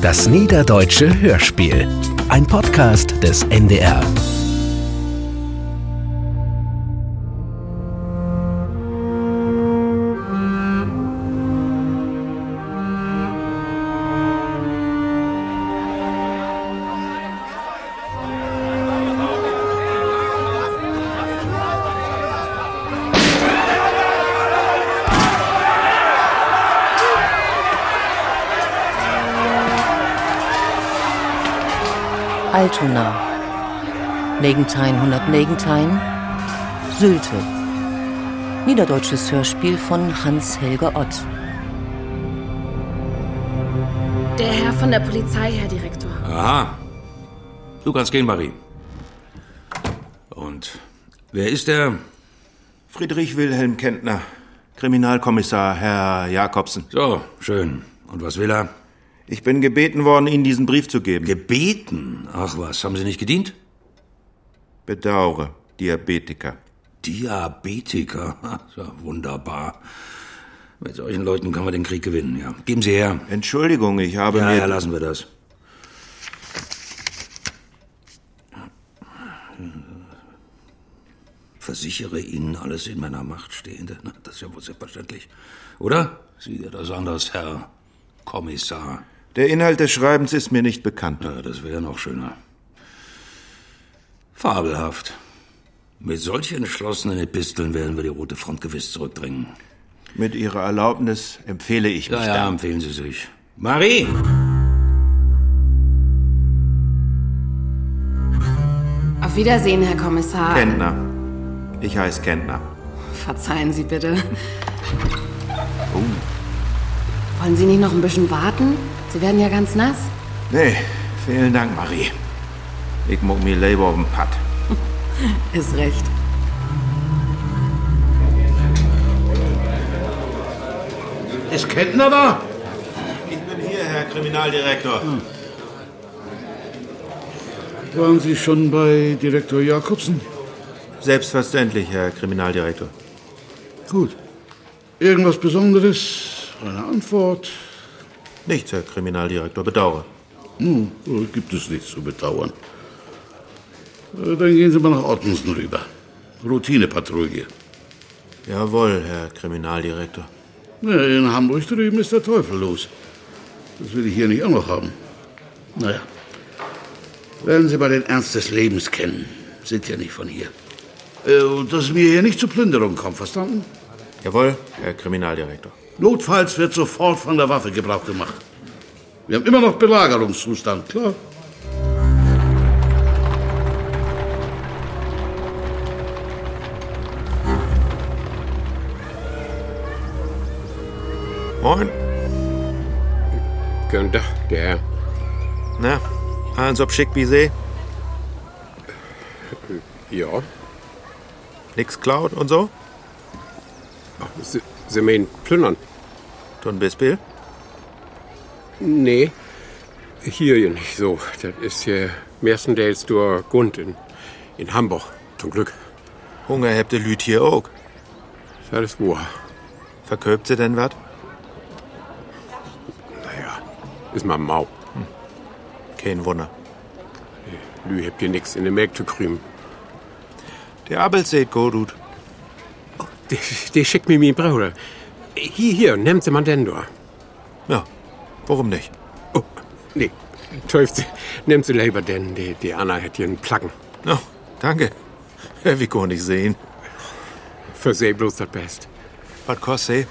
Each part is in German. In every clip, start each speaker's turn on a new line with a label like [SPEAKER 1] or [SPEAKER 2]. [SPEAKER 1] Das Niederdeutsche Hörspiel. Ein Podcast des NDR.
[SPEAKER 2] Altona, Negentheim 100 Negentheim, Sylte. Niederdeutsches Hörspiel von Hans-Helge Ott.
[SPEAKER 3] Der Herr von der Polizei, Herr Direktor.
[SPEAKER 4] Aha. Du kannst gehen, Marie. Und wer ist der?
[SPEAKER 5] Friedrich Wilhelm Kentner, Kriminalkommissar Herr Jakobsen.
[SPEAKER 4] So, schön. Und was will er?
[SPEAKER 5] Ich bin gebeten worden, Ihnen diesen Brief zu geben.
[SPEAKER 4] Gebeten? Ach was, haben Sie nicht gedient?
[SPEAKER 5] Bedauere, Diabetiker.
[SPEAKER 4] Diabetiker? Ha, So, wunderbar. Mit solchen Leuten kann man den Krieg gewinnen, ja. Geben Sie her.
[SPEAKER 5] Entschuldigung, ich habe
[SPEAKER 4] Ja,
[SPEAKER 5] mir...
[SPEAKER 4] ja, lassen wir das. Versichere Ihnen alles in meiner Macht Stehende. Na, das ist ja wohl selbstverständlich. Oder? Sieht ihr das anders, Herr Kommissar?
[SPEAKER 5] Der Inhalt des Schreibens ist mir nicht bekannt.
[SPEAKER 4] Ja, das wäre noch schöner. Fabelhaft. Mit solch entschlossenen Episteln werden wir die Rote Front gewiss zurückdrängen.
[SPEAKER 5] Mit Ihrer Erlaubnis empfehle ich mich
[SPEAKER 4] Ja, ja,
[SPEAKER 5] da.
[SPEAKER 4] empfehlen Sie sich. Marie!
[SPEAKER 3] Auf Wiedersehen, Herr Kommissar.
[SPEAKER 5] Kentner. Ich heiße Kentner.
[SPEAKER 3] Verzeihen Sie bitte.
[SPEAKER 5] Oh.
[SPEAKER 3] Wollen Sie nicht noch ein bisschen warten? Sie werden ja ganz nass.
[SPEAKER 5] Nee, vielen Dank, Marie. Ich muck mir lieber auf den Pad.
[SPEAKER 3] Ist recht.
[SPEAKER 6] Ist Kettner da? Hm.
[SPEAKER 5] Ich bin hier, Herr Kriminaldirektor.
[SPEAKER 6] Waren Sie schon bei Direktor Jakobsen?
[SPEAKER 5] Selbstverständlich, Herr Kriminaldirektor.
[SPEAKER 6] Gut. Irgendwas Besonderes? Eine Antwort?
[SPEAKER 5] Nichts, Herr Kriminaldirektor, bedauere.
[SPEAKER 6] Nun, äh, gibt es nichts zu bedauern. Äh, Dann gehen Sie mal nach Ottensen rüber. Routinepatrouille.
[SPEAKER 5] Jawohl, Herr Kriminaldirektor.
[SPEAKER 6] Ja, in Hamburg drüben ist der Teufel los. Das will ich hier nicht auch noch haben. Naja. Lernen Sie mal den Ernst des Lebens kennen. Sind ja nicht von hier. Äh, und dass es mir hier nicht zu Plünderungen kommt, verstanden?
[SPEAKER 5] Jawohl, Herr Kriminaldirektor.
[SPEAKER 6] Notfalls wird sofort von der Waffe Gebrauch gemacht. Wir haben immer noch Belagerungszustand, klar.
[SPEAKER 5] Moin.
[SPEAKER 7] Guten Tag, der Herr.
[SPEAKER 5] Na, eins ob schick wie See,
[SPEAKER 7] Ja,
[SPEAKER 5] nix klaut und so?
[SPEAKER 7] Sie, Sie meinen plündern?
[SPEAKER 5] Tun Bispil?
[SPEAKER 7] Nee, hier ja nicht so. Das ist hier mehrenteils durch Gund in, in Hamburg, zum Glück.
[SPEAKER 5] Hunger hebt de Lüt hier auch.
[SPEAKER 7] Das ist wahr.
[SPEAKER 5] Verköpt sie denn wat?
[SPEAKER 7] Naja, ist mal mau.
[SPEAKER 5] Hm. Kein Wunder.
[SPEAKER 7] Lü habt ihr nix in der Melk zu krümen.
[SPEAKER 5] Der Abel seht gut ut.
[SPEAKER 7] Die, die Oh, schickt mir mein Bruder. Hier, hier, nehmt sie mal den da.
[SPEAKER 5] Ja, warum nicht?
[SPEAKER 7] Oh, nee, teufel, sie, nehmt sie lieber den. Die, die Anna hätt hier einen Placken.
[SPEAKER 5] No, danke. Herr Wie kann ich sehen?
[SPEAKER 7] Für sie bloß das Beste. Äh,
[SPEAKER 5] Was kostet sie?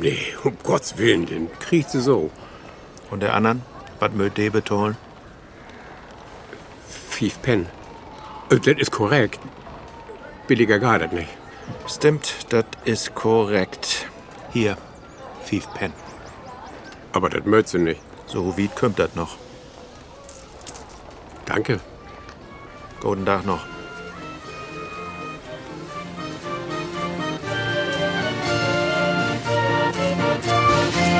[SPEAKER 7] Nee, um Gottes Willen, den kriegt sie so.
[SPEAKER 5] Und der anderen? Was mögt de betonen?
[SPEAKER 7] Fief Pen. Äh, Das ist korrekt. Billiger gar das nicht.
[SPEAKER 5] Stimmt, das ist korrekt. Hier, fief Pen.
[SPEAKER 7] Aber das mögt sie nicht.
[SPEAKER 5] So wie kümmt dat noch.
[SPEAKER 7] Danke.
[SPEAKER 5] Guten Tag noch.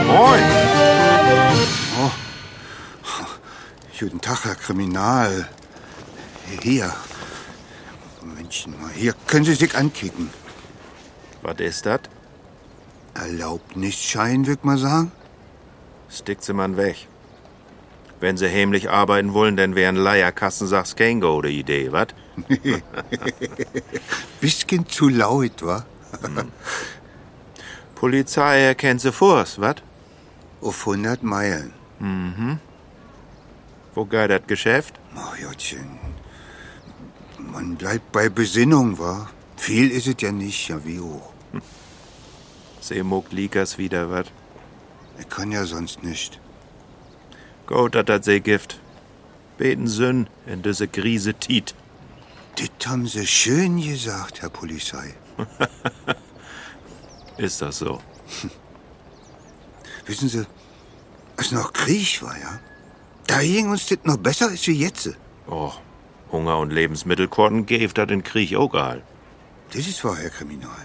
[SPEAKER 5] Moin!
[SPEAKER 8] Guten Tag, Herr Kriminal. Hier. Menschen, hier können Sie sich ankicken.
[SPEAKER 5] Was ist das?
[SPEAKER 8] Erlaubt nicht scheinen, würde ich mal sagen.
[SPEAKER 5] Stickt sie man weg. Wenn sie hämlich arbeiten wollen, dann wären Leierkassen sag's kein gute Idee, wat?
[SPEAKER 4] Bisschen zu laut, wa?
[SPEAKER 5] Polizei erkennt Äh, sie vor's, wat?
[SPEAKER 4] Auf 100 Meilen.
[SPEAKER 9] Mhm.
[SPEAKER 5] Wo geht das Geschäft?
[SPEAKER 4] Ach, Jottchen. Man bleibt bei Besinnung, wa? Viel ist es ja nicht, ja wie hoch.
[SPEAKER 5] Sie muckt Likas Hm. wieder, wat?
[SPEAKER 4] Er kann ja sonst nicht.
[SPEAKER 5] Gut, dat dat sie Gift. Beten Sünn in diese Krise tiet.
[SPEAKER 4] Das haben Sie schön gesagt, Herr Polizei.
[SPEAKER 5] Ist das so?
[SPEAKER 4] Wissen Sie, als noch Krieg war, ja? Da ging uns das noch besser als wie jetzt.
[SPEAKER 5] Oh, Hunger und Lebensmittelkorten gäf dat in Krieg auch all.
[SPEAKER 4] Das ist wahr, Herr Kriminal.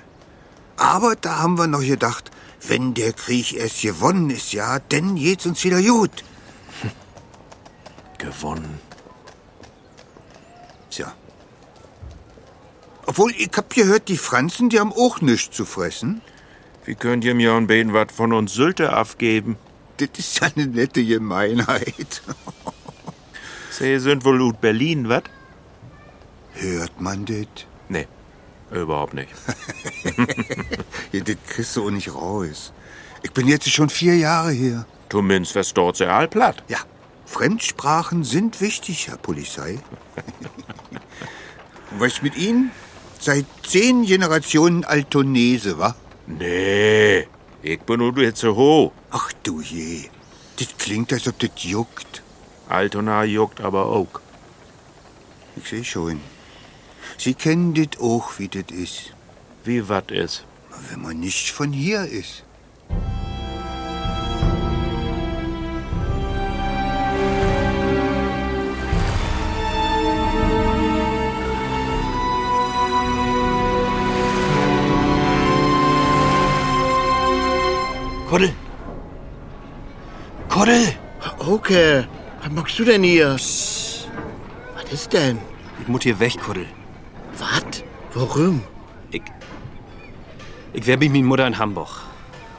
[SPEAKER 4] Aber da haben wir noch gedacht, wenn der Krieg erst gewonnen ist, ja, dann geht's uns wieder gut.
[SPEAKER 5] Gewonnen.
[SPEAKER 4] Tja. Obwohl, ich hab gehört, die Franzen, die haben auch nichts zu fressen.
[SPEAKER 5] Wie könnt ihr mir und beten wat von uns Sylte abgeben?
[SPEAKER 4] Das ist ja eine nette Gemeinheit.
[SPEAKER 5] Sie sind wohl ut Berlin, wat?
[SPEAKER 4] Hört man das?
[SPEAKER 5] Nee, überhaupt nicht.
[SPEAKER 4] Ja, das kriegst du auch nicht raus. Ich bin jetzt schon vier Jahre hier.
[SPEAKER 5] Zumindest was dort sehr all platt.
[SPEAKER 4] Ja, Fremdsprachen sind wichtig, Herr Polizei. Und was mit Ihnen? Seit zehn Generationen Altonese, wa?
[SPEAKER 5] Nee, ich bin ut jetzt so hoch.
[SPEAKER 4] Ach du je, das klingt, als ob das juckt.
[SPEAKER 5] Altona juckt aber auch.
[SPEAKER 4] Ich sehe schon. Sie kennen das auch, wie das ist.
[SPEAKER 5] Wie wat ist?
[SPEAKER 4] Wenn man nicht von hier ist.
[SPEAKER 10] Kuddel! Kuddel!
[SPEAKER 11] Okay, was machst du denn hier? Was ist denn?
[SPEAKER 10] Ich muss hier weg, Kuddel.
[SPEAKER 11] Was? Warum?
[SPEAKER 10] Ich wär mit min Mutter in Hamburg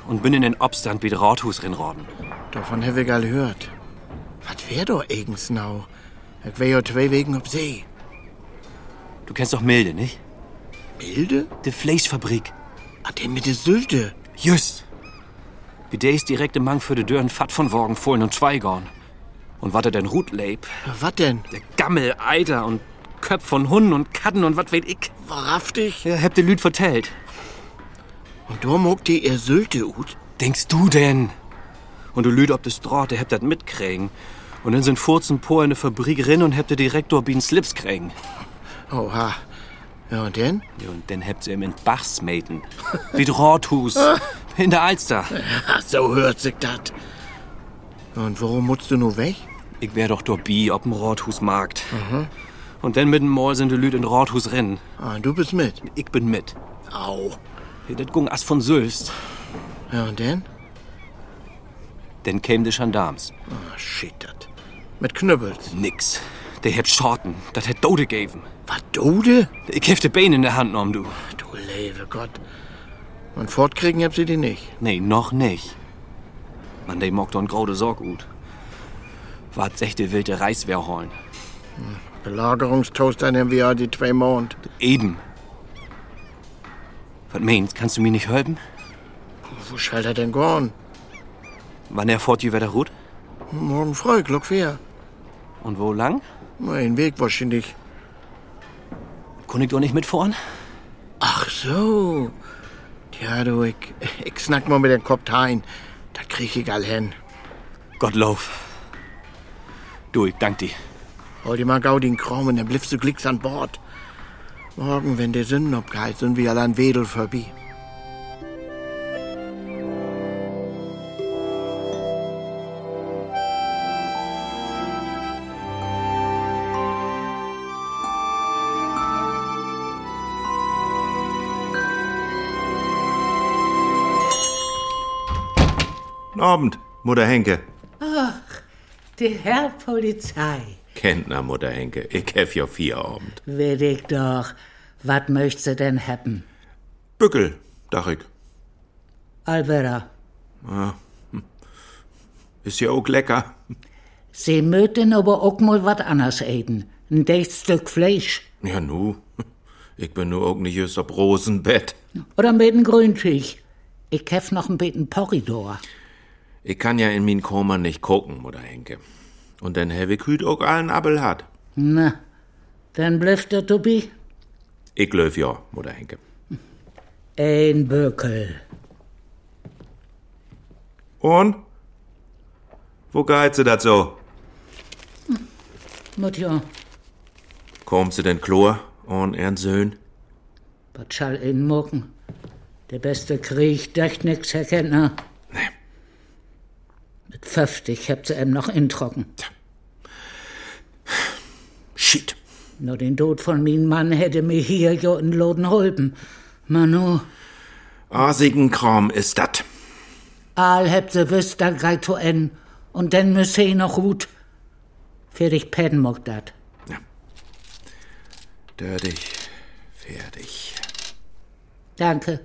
[SPEAKER 10] und bin in den Obstand mit Rathus rinroden.
[SPEAKER 11] Davon habe ich all gehört. Was wär doch eigens now? Ich wär ja zwei Wegen ob See.
[SPEAKER 10] Du kennst doch Milde, nicht?
[SPEAKER 11] Milde?
[SPEAKER 10] Die Fleischfabrik.
[SPEAKER 11] Ah, den mit der Sylte.
[SPEAKER 10] Just. Wie der ist direkt im Mang für die Dörren Fatt von Worgen, Fohlen und Schweigorn. Und wat er denn Rutleib,
[SPEAKER 11] Na, was denn?
[SPEAKER 10] der Gammel, Eiter und Köpf von Hunden und Katten und wat weet ich.
[SPEAKER 11] Wahrhaftig?
[SPEAKER 10] Ja, hab de Lüd vertellt.
[SPEAKER 11] Und da mogt die ihr Sylte ut?
[SPEAKER 10] Denkst du denn? Und du Lüd ob des Draht, der habt dat mitkriegen. Und dann sind Furzen Po in de Fabrik rin und habt de Direktor bin Slips kriegen.
[SPEAKER 11] Oha. Ja, und denn?
[SPEAKER 10] Ja, und dann habt ihr im Bachsmaten. Mit Rothus. In der Alster.
[SPEAKER 11] Ach, so hört sich dat. Und warum mutzt du nur weg?
[SPEAKER 10] Ich wär doch Dorbi ob dem Rothusmarkt. Und dann mit dem Maul sind die Lüd in Rothus rennen.
[SPEAKER 11] Mhm. Ah, du bist mit.
[SPEAKER 10] Ich bin mit.
[SPEAKER 11] Au.
[SPEAKER 10] Ja, Das ging Ast von Sülst.
[SPEAKER 11] Ja, und denn?
[SPEAKER 10] Dann kämen die Gendarmes.
[SPEAKER 11] Ah, shit, dat. Mit Knüppels.
[SPEAKER 10] Nix. Der hat Schorten. Das hat Dode gegeben.
[SPEAKER 11] Was, Dode?
[SPEAKER 10] Ich hef de Bein in der Hand genommen, du.
[SPEAKER 11] Du lebe Gott. Und fortkriegen habt sie die nicht.
[SPEAKER 10] Nee, noch nicht. Man, der mockt und graude Sorgut. Wart sechte wilde Reiswehr holen.
[SPEAKER 11] Belagerungstoast an dem wir ja die zwei Mond.
[SPEAKER 10] Eben. Was meinst, kannst du mir nicht helfen?
[SPEAKER 11] Wo schallt er denn gorn?
[SPEAKER 10] Wann er fort wieder ruht?
[SPEAKER 11] Morgen früh, Glock 4.
[SPEAKER 10] Und wo lang?
[SPEAKER 11] Mein Weg wahrscheinlich.
[SPEAKER 10] Kann ich doch nicht mit voran?
[SPEAKER 11] Ach so. Tja, du, ich, ich snack mal mit dem Kopf rein. Da krieg ich all hin.
[SPEAKER 10] Gottlauf. Du, ich dank dir.
[SPEAKER 11] Hol dir mal gau den Kram und dann bliffst du glicks an Bord. Morgen, wenn der Sünden abgeheilt, sind wir alle an Wedel vorbei.
[SPEAKER 5] Guten Abend, Mutter Henke.
[SPEAKER 1] Die Herr Polizei,
[SPEAKER 5] Kennt na, Mutter Henke. Ich hef ja vier Abend.
[SPEAKER 1] will ich doch. Was möcht sie denn haben?
[SPEAKER 5] Bückel, dach ich.
[SPEAKER 1] Alvera,
[SPEAKER 5] Ah, hm. Ist ja auch lecker.
[SPEAKER 1] Sie möchten aber auch mal was anderes eten. Ein dichtes Stück Fleisch
[SPEAKER 5] Ja, nu. Ich bin nur auch nicht just ob Rosenbett.
[SPEAKER 1] oder mit einem Grüntisch. Ich hef noch ein bisschen Porridor.
[SPEAKER 5] Ich kann ja in min Koma nicht gucken, Mutter Henke. Und dann hab ich hüt auch allen Appel hat.
[SPEAKER 1] Na, dann bleibt der Tobi
[SPEAKER 5] Ich löf ja, Mutter Henke.
[SPEAKER 1] ein Böckel.
[SPEAKER 5] Und? Wo geht sie dat so?
[SPEAKER 1] Mutter,
[SPEAKER 5] Kommt sie denn Chlor und ihren Söhn?
[SPEAKER 1] was schall ihn mucken? Der beste Krieg, dächt nix, Herr Kentner. Nee. Mit 50 habt ihr ihm noch in trocken.
[SPEAKER 5] Shit.
[SPEAKER 1] Nur den Tod von min Mann hätte mir hier jo in Loden holpen. Manu,
[SPEAKER 5] Asigen Kram ist dat.
[SPEAKER 1] all habt ihr wisst, da geit to en. Und dann müsse ich noch gut. Fertig päden mock dat.
[SPEAKER 5] Fertig. Fertig.
[SPEAKER 1] Danke.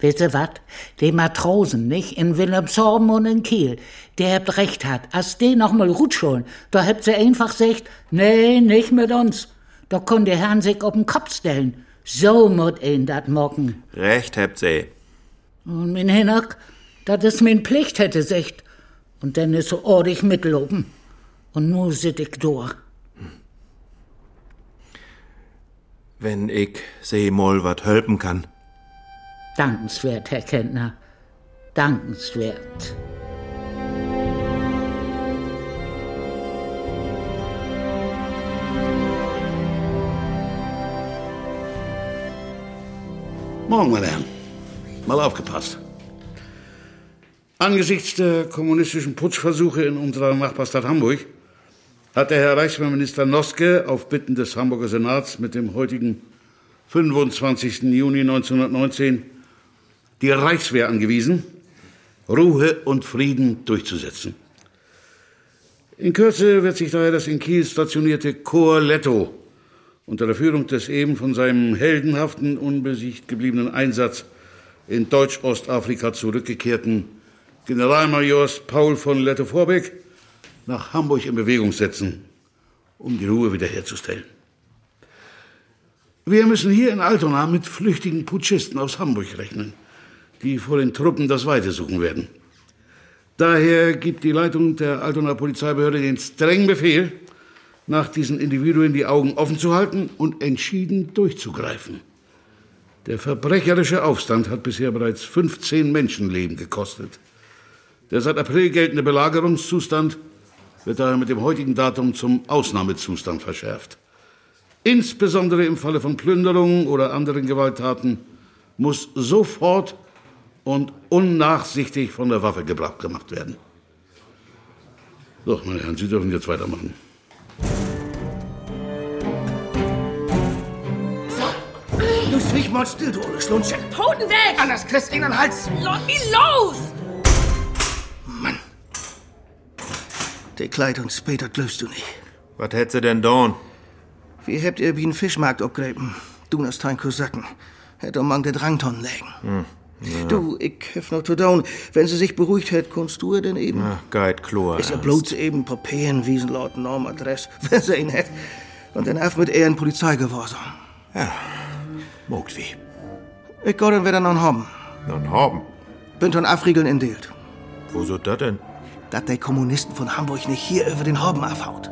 [SPEAKER 1] Wisst ihr wat? Die Matrosen, nicht? In Wilhelmshorn und in Kiel. Der habt recht hat. Als die noch mal rutscheln, da habt sie einfach gesagt, nee, nicht mit uns. Da konnt der Herrn sich auf den Kopf stellen. So mut ihn dat mocken.
[SPEAKER 5] Recht habt sie.
[SPEAKER 1] Und mein Hinak, dat is mein Pflicht, hätte secht. Und dann is so ordentlich mitloben. Und nu sit ich durch.
[SPEAKER 5] Wenn ich seh mal wat hölpen kann.
[SPEAKER 1] Dankenswert, Herr Kentner. Dankenswert.
[SPEAKER 6] Morgen, meine Herren. Mal aufgepasst. Angesichts der kommunistischen Putschversuche in unserer Nachbarstadt Hamburg hat der Herr Reichsminister Noske auf Bitten des Hamburger Senats mit dem heutigen 25. Juni 1919 die Reichswehr angewiesen, Ruhe und Frieden durchzusetzen. In Kürze wird sich daher das in Kiel stationierte Korps Letto unter der Führung des eben von seinem heldenhaften, unbesiegt gebliebenen Einsatz in Deutsch-Ostafrika zurückgekehrten Generalmajors Paul von Lette-Vorbeck nach Hamburg in Bewegung setzen, um die Ruhe wiederherzustellen. Wir müssen hier in Altona mit flüchtigen Putschisten aus Hamburg rechnen, die vor den Truppen das Weite suchen werden. Daher gibt die Leitung der Altonaer Polizeibehörde den strengen Befehl, nach diesen Individuen die Augen offen zu halten und entschieden durchzugreifen. Der verbrecherische Aufstand hat bisher bereits 15 Menschenleben gekostet. Der seit April geltende Belagerungszustand wird daher mit dem heutigen Datum zum Ausnahmezustand verschärft. Insbesondere im Falle von Plünderungen oder anderen Gewalttaten muss sofort und unnachsichtig von der Waffe Gebrauch gemacht werden. So, meine Herren, Sie dürfen jetzt weitermachen.
[SPEAKER 12] Du swich mal still, du ohne Schlunze. Toten weg! Anders kriegst du ihn an den Hals. Lot mich los!
[SPEAKER 11] Der Kleid und Später löst du nicht.
[SPEAKER 5] Was hätt sie denn dorn?
[SPEAKER 11] Wie habt ihr wie einen Fischmarkt abgräben? Du hast dein Kosaken. Hätt am Mang den Drangtonnen legen.
[SPEAKER 5] Hm. Ja.
[SPEAKER 11] Du, ich hef noch zu down. Wenn sie sich beruhigt hätt, kunst du ihr denn eben.
[SPEAKER 5] Na, Ah, geit Chlor.
[SPEAKER 11] Ist ja bloß eben Papieren, Wiesen, laut Norm, Adress, wenn sie ihn hätt. Und dann auf mit Ehren Polizeigehorsam.
[SPEAKER 5] Ja, mogt wie.
[SPEAKER 11] Ich geh dann wieder noch haben.
[SPEAKER 5] Nun haben.
[SPEAKER 11] Bin dann afrigeln in Delt.
[SPEAKER 5] Wo so dat denn?
[SPEAKER 11] Dat der Kommunisten von Hamburg nicht hier über den Horben afhaut.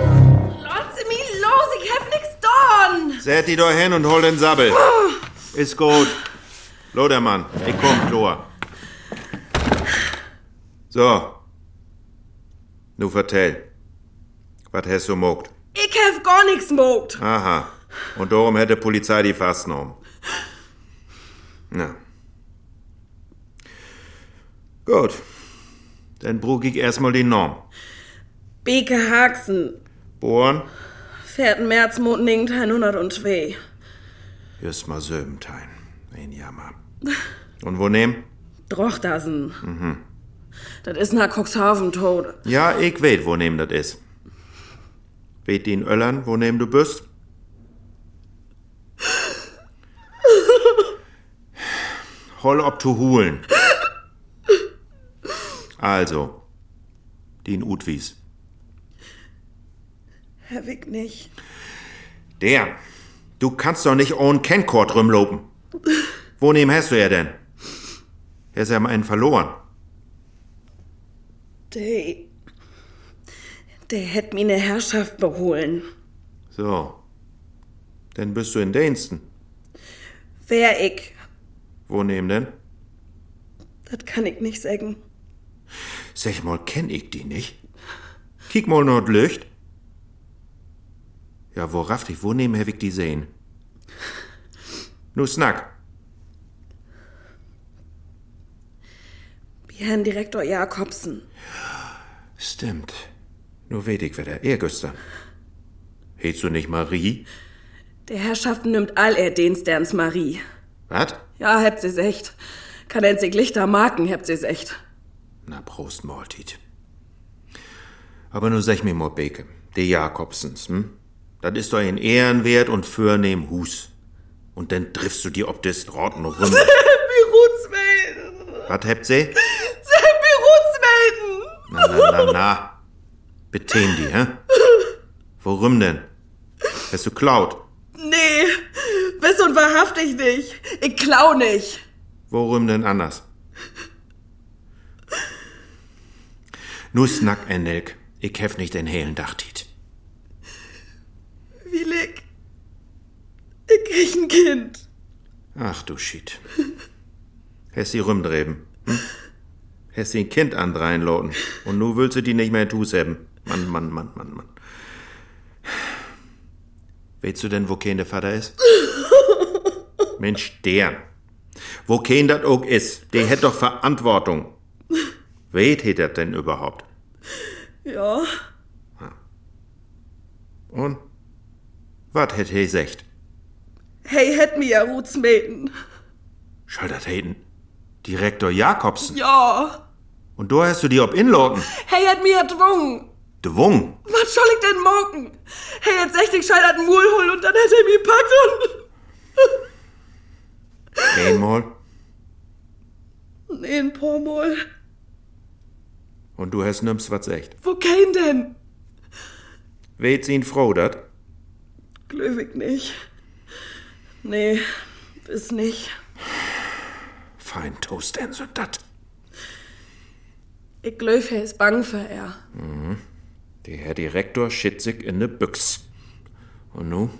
[SPEAKER 12] Lotze mich los, ich hab nix dorn!
[SPEAKER 5] Säht die doch hin und hol den Sabbel. Ist gut. Lodermann, ich komm, Chlor. So. Nu vertell. Was hast du mogt?
[SPEAKER 12] Ich hab gar nix mogt.
[SPEAKER 5] Aha. Und darum hätte die Polizei die Fasten um. Na. Gut. Dann brug ich erstmal die Norm.
[SPEAKER 12] Beke Haxen,
[SPEAKER 5] Bohren,
[SPEAKER 12] 4. März, Mondning, 102.
[SPEAKER 5] just mal Söbentein. Ein Jammer. Und wo nehmen?
[SPEAKER 12] Drochdasen.
[SPEAKER 5] Mhm.
[SPEAKER 12] Das ist nach Cuxhaven Tode.
[SPEAKER 5] Ja, ich weet, wo nehmen das ist. Weet die in Öllern, wo nehmen du bist? Hol ob zu holen. Also, den Utwies.
[SPEAKER 3] Herr Wick nicht.
[SPEAKER 5] Der. Du kannst doch nicht ohne Kenkord rumlopen. Wo nehmen hast du ja denn? Er ist ja meinen verloren.
[SPEAKER 3] Der. Der hätte mir eine Herrschaft beholen.
[SPEAKER 5] So. Dann bist du in Dänsten.
[SPEAKER 3] Wer ich?
[SPEAKER 5] Wo nehmen denn?
[SPEAKER 3] Das kann ich nicht sagen.
[SPEAKER 5] Sag mal, kenn ich die nicht? Kick mal nur das Licht. Ja, wo raff dich, wo nehmen Herr Wick die sehen? Nu snack.
[SPEAKER 3] Wie Herrn Direktor Jakobsen.
[SPEAKER 5] Stimmt. Nur weet ich, wer der Ehrgüster. Hättst du nicht Marie?
[SPEAKER 3] Der Herrschaften nimmt all er Diensterns Marie.
[SPEAKER 5] Wat?
[SPEAKER 3] Ja, habt sie's echt. Kann er sich Lichter marken, habt sie's echt.
[SPEAKER 5] Na, Prost, Maltit. Aber nur sag mir mal, Beke, der Jakobsens, hm? Das ist doch ein ehrenwert und fürnehm Hus. Und dann triffst du die ob des Roten rum.
[SPEAKER 3] Rutsmelden!
[SPEAKER 5] Was habt sie?
[SPEAKER 3] Seppi Rutsmelden!
[SPEAKER 5] Na, na, na, na. Betäm die, hä? Worum denn? Hast du klaut?
[SPEAKER 3] Nee, wiss und wahrhaftig nicht. Ich klau nicht.
[SPEAKER 5] Worum denn anders? Nu snack, Enelk. Ich hef nicht den hehlen Dachtit.
[SPEAKER 3] Willig. Ich krieg ein Kind.
[SPEAKER 5] Ach du Shit. Hast sie rumdreben. Hm? Hast sie ein Kind andrein loten. Und nu willst du die nicht mehr tus haben. Mann, Mann, Mann, Mann, Mann. Weißt du denn, wo kein der Vater ist? Mensch, der. Wo kein dat auch ist, der hätt doch Verantwortung. Weht hätt dat denn überhaupt?
[SPEAKER 3] Ja,
[SPEAKER 5] Und? Wat hätt he secht?
[SPEAKER 3] hey, hätt mir ja Rutsmelden.
[SPEAKER 5] Schaltert heten. Direktor Jakobsen.
[SPEAKER 3] Ja,
[SPEAKER 5] Und da hast du die ob inloten.
[SPEAKER 3] hey, hätt mir ertrunken.
[SPEAKER 5] Dwung.
[SPEAKER 3] Was soll ich denn morgen? Hey, jetzt echt, ich scheitert einen Mul holen und dann hätte er mich packt
[SPEAKER 5] Einmal.
[SPEAKER 3] und... Nee, ein paar Mol.
[SPEAKER 5] Und du hast nimmst wat secht.
[SPEAKER 3] Wo kein denn?
[SPEAKER 5] Weht sie ihn froh dat?
[SPEAKER 3] Glöwig nicht. Nee, ist nicht.
[SPEAKER 5] Fein Toast denn so dat.
[SPEAKER 3] Ich glöw, er ist bang für er.
[SPEAKER 5] Mhm. Der Herr Direktor schit sich in de Büchs. Und nu?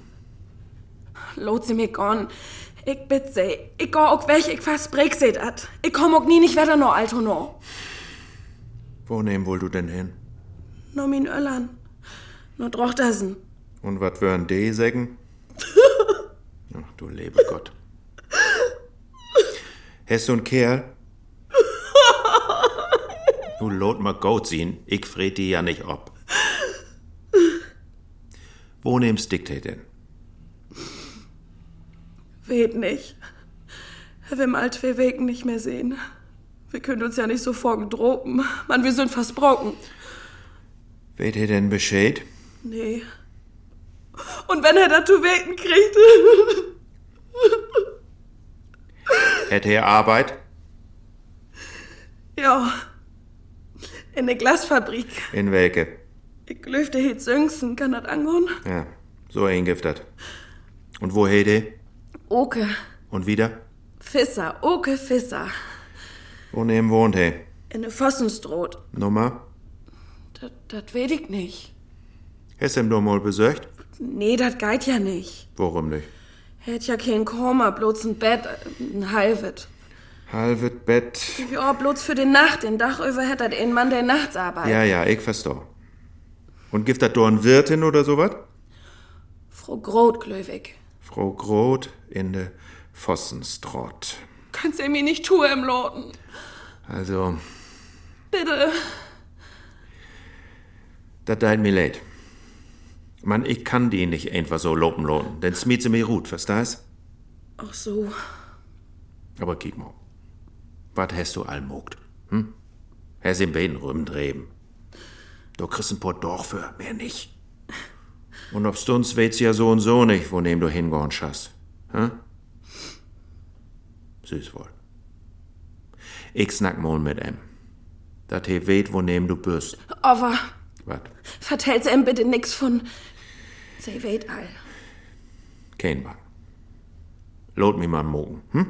[SPEAKER 3] Lot sie mir gorn. Ich bitt sie. Ich geh auch weg, ich versprech sie dat. Ich komm auch nie nicht weiter no Alto no.
[SPEAKER 5] Wo nehmen wohl du denn hin?
[SPEAKER 3] No min Öllern. No Drochtersen.
[SPEAKER 5] Und wat wörn de sägen? Ach du lebe Gott. Hast du n Kerl? Du lot mal Goat sehen, ich fred die ja nicht ob. Wo nimmst Diktat denn?
[SPEAKER 3] Weht nicht. Er will mal zwei Wegen nicht mehr sehen. Wir können uns ja nicht so vorgedropen. Mann, wir sind fast broken.
[SPEAKER 5] Weht ihr denn Bescheid?
[SPEAKER 3] Nee. Und wenn er dazu Wegen kriegt.
[SPEAKER 5] Hätte er Arbeit?
[SPEAKER 3] ja. In der Glasfabrik.
[SPEAKER 5] In welke?
[SPEAKER 3] Ich löfte jetzt Söngsen, kann das angehen?
[SPEAKER 5] Ja, so eingiftet. Und wo hätte?
[SPEAKER 3] Oke.
[SPEAKER 5] Und wieder?
[SPEAKER 3] Fisser, Oke Fisser.
[SPEAKER 5] Wo neben wohnt he?
[SPEAKER 3] In der Fossenstroht.
[SPEAKER 5] Nummer?
[SPEAKER 3] Das, das will ich nicht.
[SPEAKER 5] Hast du ihm doch mal besöcht?
[SPEAKER 3] Nee, das geht ja nicht.
[SPEAKER 5] Warum nicht?
[SPEAKER 3] Hätt ja kein Koma, bloß ein Bett, äh, ein halbet.
[SPEAKER 5] Halbet Bett.
[SPEAKER 3] Ja, bloß für den Nacht, den Dach über hätt dat ein Mann, der nachts arbeitet.
[SPEAKER 5] Ja, ja, ich versteh. Und gibt das Dorn Wirtin oder sowas?
[SPEAKER 3] Frau Groth, Glöwig.
[SPEAKER 5] Frau Groth in de Vossenstrott.
[SPEAKER 3] Könnt's ihr mir nicht tun im Loten.
[SPEAKER 5] Also,
[SPEAKER 3] Bitte.
[SPEAKER 5] das deit mir leid. Mann, ich kann die nicht einfach so lopen loten, denn smiet sie mir gut, verstehst?
[SPEAKER 3] Ach so.
[SPEAKER 5] Aber kiek mal. Was hast du allmogt? Hm? Hast im Bein rumdreben. Du kriegst ein paar Dorf für, mehr nicht. Und ob's du uns weht's ja so und so nicht, wo nehm du hingehorn hast. Hm? Süß wohl. Ich snack mal mit em. Dat he weht, wo nehm du bist.
[SPEAKER 3] Aber
[SPEAKER 5] Wat?
[SPEAKER 3] vertellt ihm bitte nix von. Sie weht all.
[SPEAKER 5] Kein Mann. Lot mi mal mogen, hm?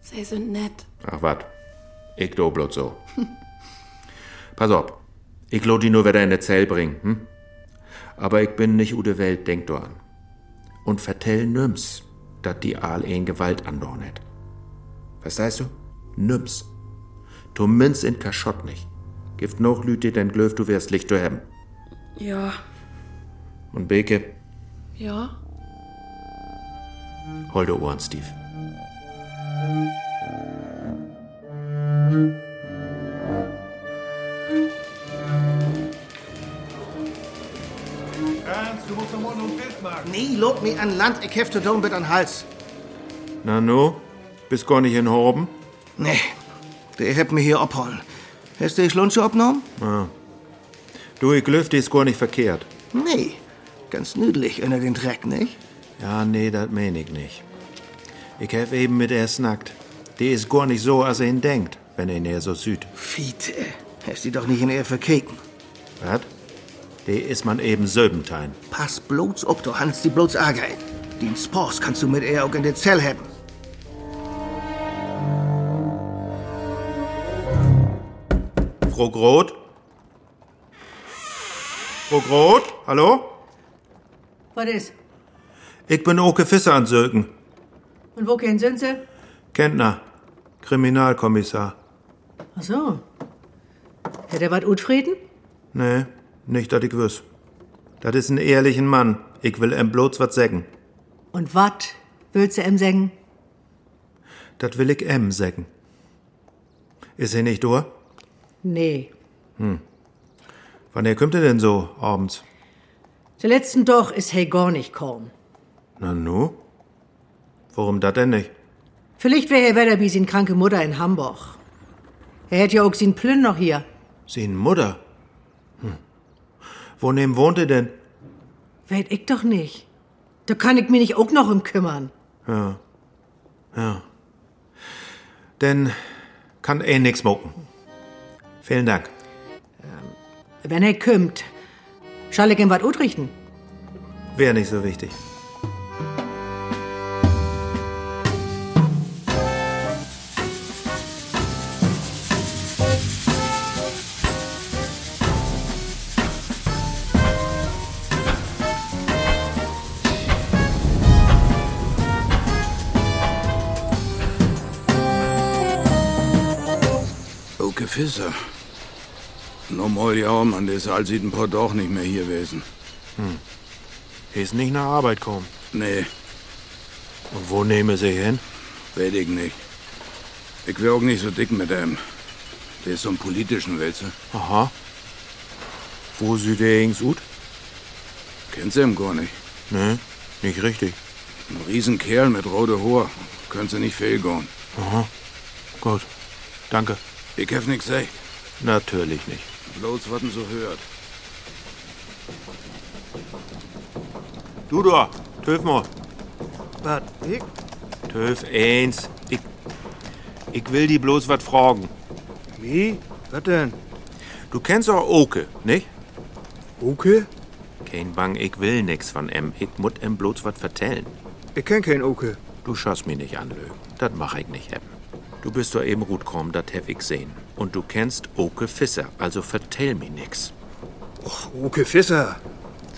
[SPEAKER 3] Sie sind nett.
[SPEAKER 5] Ach wat. Ich do blot so. Pass op. Ich lot die nur wieder in der Zell bringen, hm? Aber ich bin nicht u de Welt, denk do an. Und vertell nüms, dat die Aal een Gewalt andorn het. Was heißt du? Nüms. Du minz in Kaschott nicht. Gift noch Lüte, denn glöf du wärst Licht du haben.
[SPEAKER 3] Ja,
[SPEAKER 5] Und Beke,
[SPEAKER 3] ja.
[SPEAKER 5] hol de Ohren, Steve.
[SPEAKER 13] Franz, du musst am Mund und Bild machen.
[SPEAKER 12] Nee, lob mich an Land, ich hefte Dom mit an den Hals.
[SPEAKER 5] Na no, bist gar nicht in Horben?
[SPEAKER 12] Nee, der hebt mich hier abholen. Hast du die Schlunche abgenommen?
[SPEAKER 5] Ja. Du, ich glöf, die ist gar nicht verkehrt.
[SPEAKER 12] Nee, ganz nüdlich unter den Dreck, nicht?
[SPEAKER 5] Ja, nee, das mein ich nicht. Ich helf eben mit er snackt. Die ist gar nicht so, als er ihn denkt, wenn er ihn eher so süd.
[SPEAKER 12] Fiete, hast die doch nicht in Ehr verkeken.
[SPEAKER 5] Was? Die ist man eben Söbentein.
[SPEAKER 12] Pass bloß ob, du Hans, die bloß Argei. Den Spors kannst du mit Ehr auch in der Zell haben.
[SPEAKER 5] Frau Groth? Frau Groth? Hallo?
[SPEAKER 9] Was ist?
[SPEAKER 5] Ich bin Oke Fisser an Söken.
[SPEAKER 9] Und wo gehen sind sie?
[SPEAKER 5] Kentner. Kriminalkommissar.
[SPEAKER 9] Ach so. Hätte er was Utfrieden?
[SPEAKER 5] Nee, nicht, dass ich wüs. Das ist ein ehrlichen Mann. Ich will em bloß wat säcken.
[SPEAKER 9] Und wat willst du ihm sagen?
[SPEAKER 5] Das will ich em säcken. Ist er nicht durch?
[SPEAKER 9] Nee.
[SPEAKER 5] Hm. Wann er kommt er denn so abends?
[SPEAKER 9] Der letzten doch ist hey gar nicht kaum.
[SPEAKER 5] Na nu? Warum dat denn nicht?
[SPEAKER 9] Vielleicht wäre er wieder wie sin kranke Mutter in Hamburg. Er hätte ja auch sin Plünn noch hier.
[SPEAKER 5] Sin Mutter? Hm. Wo neben wohnt er denn?
[SPEAKER 9] Weet ich doch nicht. Da kann ich mich nicht auch noch um kümmern.
[SPEAKER 5] Ja. Ja. Denn kann eh nix mucken. Vielen Dank.
[SPEAKER 9] Wenn er kümmt, schall ich ihm wat utrichten.
[SPEAKER 5] Wäre nicht so wichtig.
[SPEAKER 13] Oke Fisser. Normal ja, Mann, der ist alt, sieht ein paar doch nicht mehr hier gewesen.
[SPEAKER 5] Hm. Ist nicht nach Arbeit kommen.
[SPEAKER 13] Nee.
[SPEAKER 5] Und wo nehme sie hin?
[SPEAKER 13] Weiß ich nicht. Ich wär auch nicht so dick mit dem. Der ist so ein politischen Wälzer.
[SPEAKER 5] Aha. Wo sieht der Hings ut?
[SPEAKER 13] Kennst du ihn gar nicht?
[SPEAKER 5] Ne, nicht richtig.
[SPEAKER 13] Ein Riesenkerl mit rote Haar. Könntest du nicht fehlgehen.
[SPEAKER 5] Aha. Gut. Danke.
[SPEAKER 13] Ich hab nix gesagt.
[SPEAKER 5] Natürlich nicht.
[SPEAKER 13] Bloß, was man so hört.
[SPEAKER 5] Du da, töf mal.
[SPEAKER 12] Was, ich?
[SPEAKER 5] Töf eins. Ich, ich will die bloß was fragen.
[SPEAKER 11] Wie? Was denn?
[SPEAKER 5] Du kennst auch Oke, nicht?
[SPEAKER 11] Oke?
[SPEAKER 5] Kein Bang, ich will nix von em. Ich mut em bloß was vertellen.
[SPEAKER 11] Ich kenn keinen Oke.
[SPEAKER 5] Du schaust mich nicht an, Lö. Das mach ich nicht, em. Du bist doch eben gut gekommen, das hab ich sehen. Und du kennst Oke Fisser, also vertell mir nix.
[SPEAKER 11] Oke Fisser.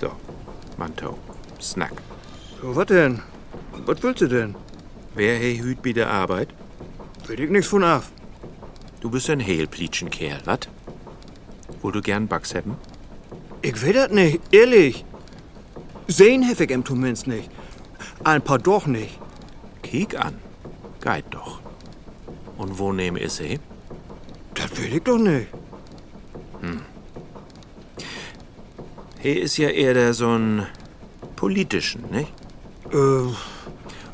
[SPEAKER 5] So, Mantau, Snack.
[SPEAKER 11] So, was denn? Was willst du denn?
[SPEAKER 5] Wer he hüt bi der Arbeit?
[SPEAKER 11] Will ich nix von ab.
[SPEAKER 5] Du bist ein Hehlplitschenkerl, wat? Wo du gern Bugs hätten?
[SPEAKER 11] Ich will das nicht, ehrlich. Sehen hef ich im Tumens nicht. Ein paar doch nicht.
[SPEAKER 5] Kiek an. Geit doch. Und wo nehm is he?
[SPEAKER 11] Das will ich doch nicht.
[SPEAKER 5] Hm. He ist ja eher der so ein politischen, nicht?
[SPEAKER 11] Äh,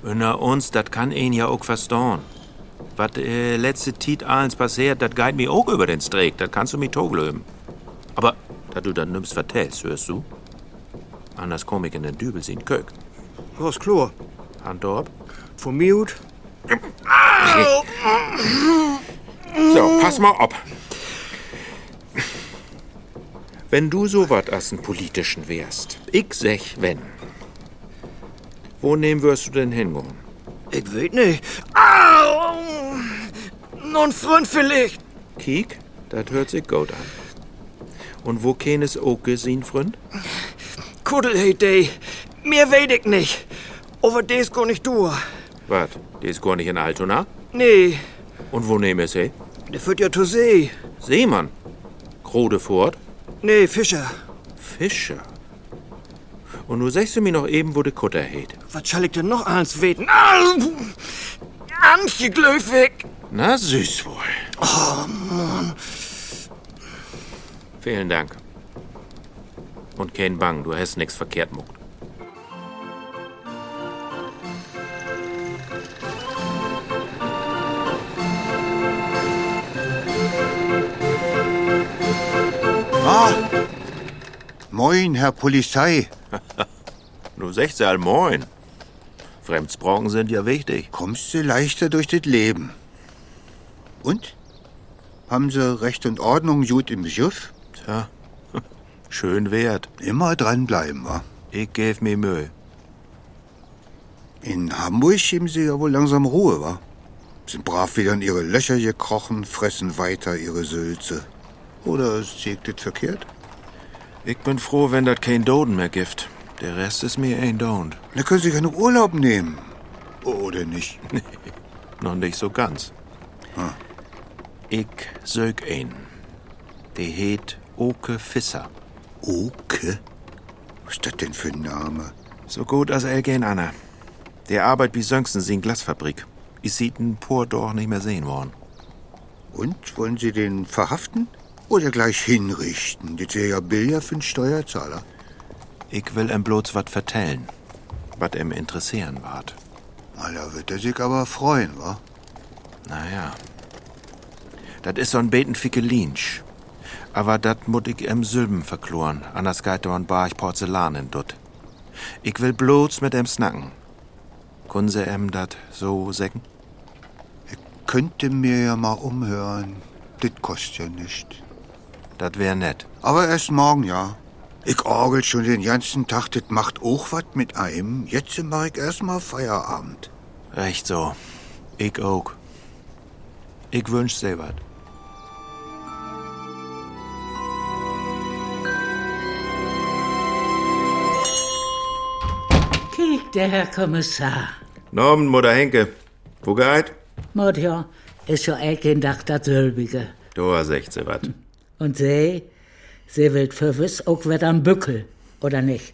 [SPEAKER 5] Na uns, dat kann ihn ja auch verstehen. Wat äh, letzte Tiet allens passiert, dat geht mir auch über den Streeck, dat kannst du mir toglöben. Aber, da du dann nimmst vertellst, hörst du? Anders komm ich in den Dübel sehen Kök.
[SPEAKER 11] was klar.
[SPEAKER 5] Hand ab.
[SPEAKER 11] Von mir gut.
[SPEAKER 5] So, pass mal ab. Wenn du so wat als ein Politischen wärst, ich sech wenn. Wo nehmen wirst du denn hingehen?
[SPEAKER 10] Ich will nicht. Au! Nun Freund vielleicht.
[SPEAKER 5] Kiek, das hört sich gut an. Und wo kenes auch gesehen, Freund?
[SPEAKER 10] Kuddel hey day. Mir weid ich nicht. Over des go nicht du.
[SPEAKER 5] Wat, die ist gar nicht in Altona?
[SPEAKER 10] Nee,
[SPEAKER 5] Und wo nehmen sie?
[SPEAKER 10] der führt ja zu See.
[SPEAKER 5] Seemann. Grodefort,
[SPEAKER 10] Nee, Fischer.
[SPEAKER 5] Fischer. Und du sagst du mir noch eben, wo de Kutter hält.
[SPEAKER 10] Was soll ich denn noch Ah! eins weten? Au! Antje Glöfig.
[SPEAKER 5] Na, süß wohl.
[SPEAKER 10] Oh, Mann.
[SPEAKER 5] Vielen Dank. Und kein Bang, du hast nix verkehrt muckt.
[SPEAKER 4] Ah! Moin, Herr Polizei.
[SPEAKER 5] Du sagst ja all moin. Fremdsprachen sind ja wichtig.
[SPEAKER 4] Kommst du leichter durch das Leben. Und? Haben Sie Recht und Ordnung gut im Griff?
[SPEAKER 5] Tja, schön wert.
[SPEAKER 4] Immer dranbleiben, wa?
[SPEAKER 5] Ich gäf mir Mühe.
[SPEAKER 4] In Hamburg geben Sie ja wohl langsam Ruhe, wa? Sind brav wieder in Ihre Löcher gekrochen, fressen weiter Ihre Sülze. Oder sägt das verkehrt?
[SPEAKER 5] Ich bin froh, wenn dat kein Doden mehr gibt. Der Rest ist mir ain't don't.
[SPEAKER 4] Da können Sie gerne Urlaub nehmen. Oder nicht?
[SPEAKER 5] Noch nicht so ganz.
[SPEAKER 4] Ah.
[SPEAKER 5] Ich sög ein. Die heet Oke Fisser.
[SPEAKER 4] Oke? Was ist das denn für ein Name?
[SPEAKER 5] So gut als Elgen Anna. Der Arbeit wie Sönksen sie in Glasfabrik. Ich sieht n Por doch nicht mehr sehen worden.
[SPEAKER 4] Und wollen Sie den verhaften? Oder gleich hinrichten? Das wäre ja billiger für den Steuerzahler.
[SPEAKER 5] Ich will em bloß wat vertellen, wat em interessieren wart.
[SPEAKER 4] Na, da wird er sich aber freuen, wa?
[SPEAKER 5] Naja. Dat is so'n beten ficke Linsch. Aber dat mut ich em Sülben verkloren, anders geht dorn bar ich Porzellanen dort. Ich will bloß mit em snacken. Kun se em dat so säcken?
[SPEAKER 4] Könnte mir ja mal umhören. Das kostet ja nicht.
[SPEAKER 5] Dat wär nett.
[SPEAKER 4] Aber erst morgen, ja. Ich orgel schon den ganzen Tag, das macht auch was mit einem. Jetzt mach ich erst mal Feierabend.
[SPEAKER 5] Recht so. Ich auch. Ich wünsch se wat.
[SPEAKER 1] Kiek, der Herr Kommissar.
[SPEAKER 14] Norman, Mutter Henke. Wo geit?
[SPEAKER 1] Mord ja, ist so ein Dach das Sölbige.
[SPEAKER 14] Du 16 wat.
[SPEAKER 1] Und sie, sie will verwiss auch wieder ein Bückel, oder nicht?